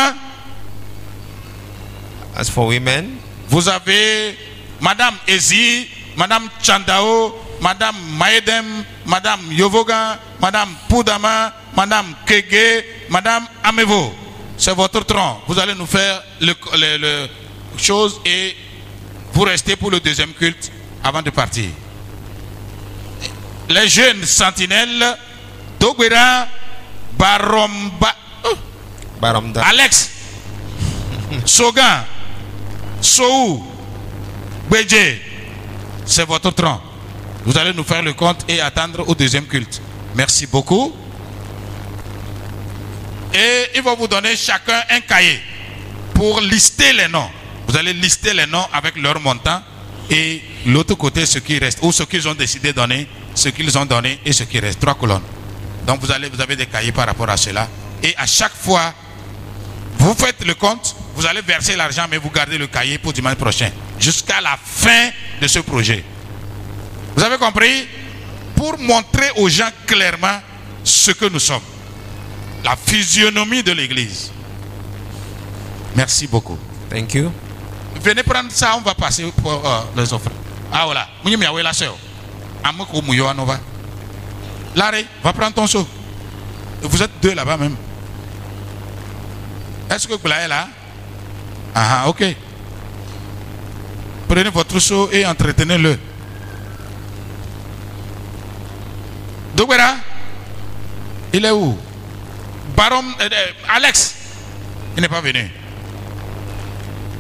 Speaker 2: As for women,
Speaker 1: vous avez Madame Ezi, Madame Chandao, Madame Maedem, Madame Yovogan, Madame Poudama, Madame Kege, Madame Amevo. C'est votre tronc. Vous allez nous faire le, le- le chose et vous restez pour le deuxième culte avant de partir. Les jeunes sentinelles, Dogwera, Baromba. Oh.
Speaker 2: Baramda,
Speaker 1: Alex, Sogan, Sou, Bédjé, c'est votre tronc. Vous allez nous faire le compte et attendre au deuxième culte. Merci beaucoup. Et ils vont vous donner chacun un cahier pour lister les noms. Vous allez lister les noms avec leur montant et l'autre côté ce qui reste ou ce qu'ils ont décidé de donner, ce qu'ils ont donné et ce qui reste. Trois colonnes. Donc vous allez, vous avez des cahiers par rapport à cela. Et à chaque fois, vous faites le compte, vous allez verser l'argent, mais vous gardez le cahier pour dimanche prochain, jusqu'à la fin de ce projet. Vous avez compris Pour montrer aux gens clairement ce que nous sommes, la physionomie de l'Église. Merci beaucoup.
Speaker 2: Thank you.
Speaker 1: Venez prendre ça, on va passer pour euh, les offres. Ah voilà. Mwenye mi awe la seo. Amo ko mouyo anova. Larry, va prendre ton seau. Vous êtes deux là-bas même. Est-ce que Gla est là Ah ah, ok. Prenez votre seau et entretenez-le. Dogbera, il est où Baron, euh, euh, Alex, il n'est pas venu.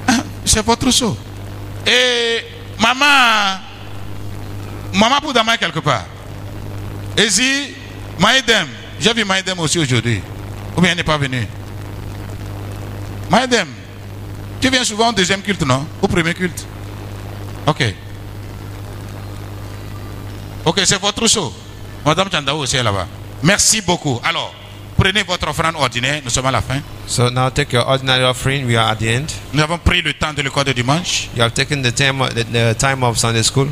Speaker 1: Hein, C'est votre seau. Et maman, maman Boudama est quelque part. Et si Maïdem, j'ai vu Maïdem aussi aujourd'hui. Ou bien elle n'est pas venue. Maïdem, tu viens souvent au deuxième culte, non Au premier culte. Ok. Ok, c'est votre seau. Madame Chandao aussi est là-bas. Merci beaucoup. Alors, prenez votre offrande ordinaire. Nous sommes à la fin.
Speaker 2: So now take your ordinary offering. We are at the end.
Speaker 1: Nous avons pris le temps de l'école de dimanche.
Speaker 2: You have taken the time, the, the time of Sunday school.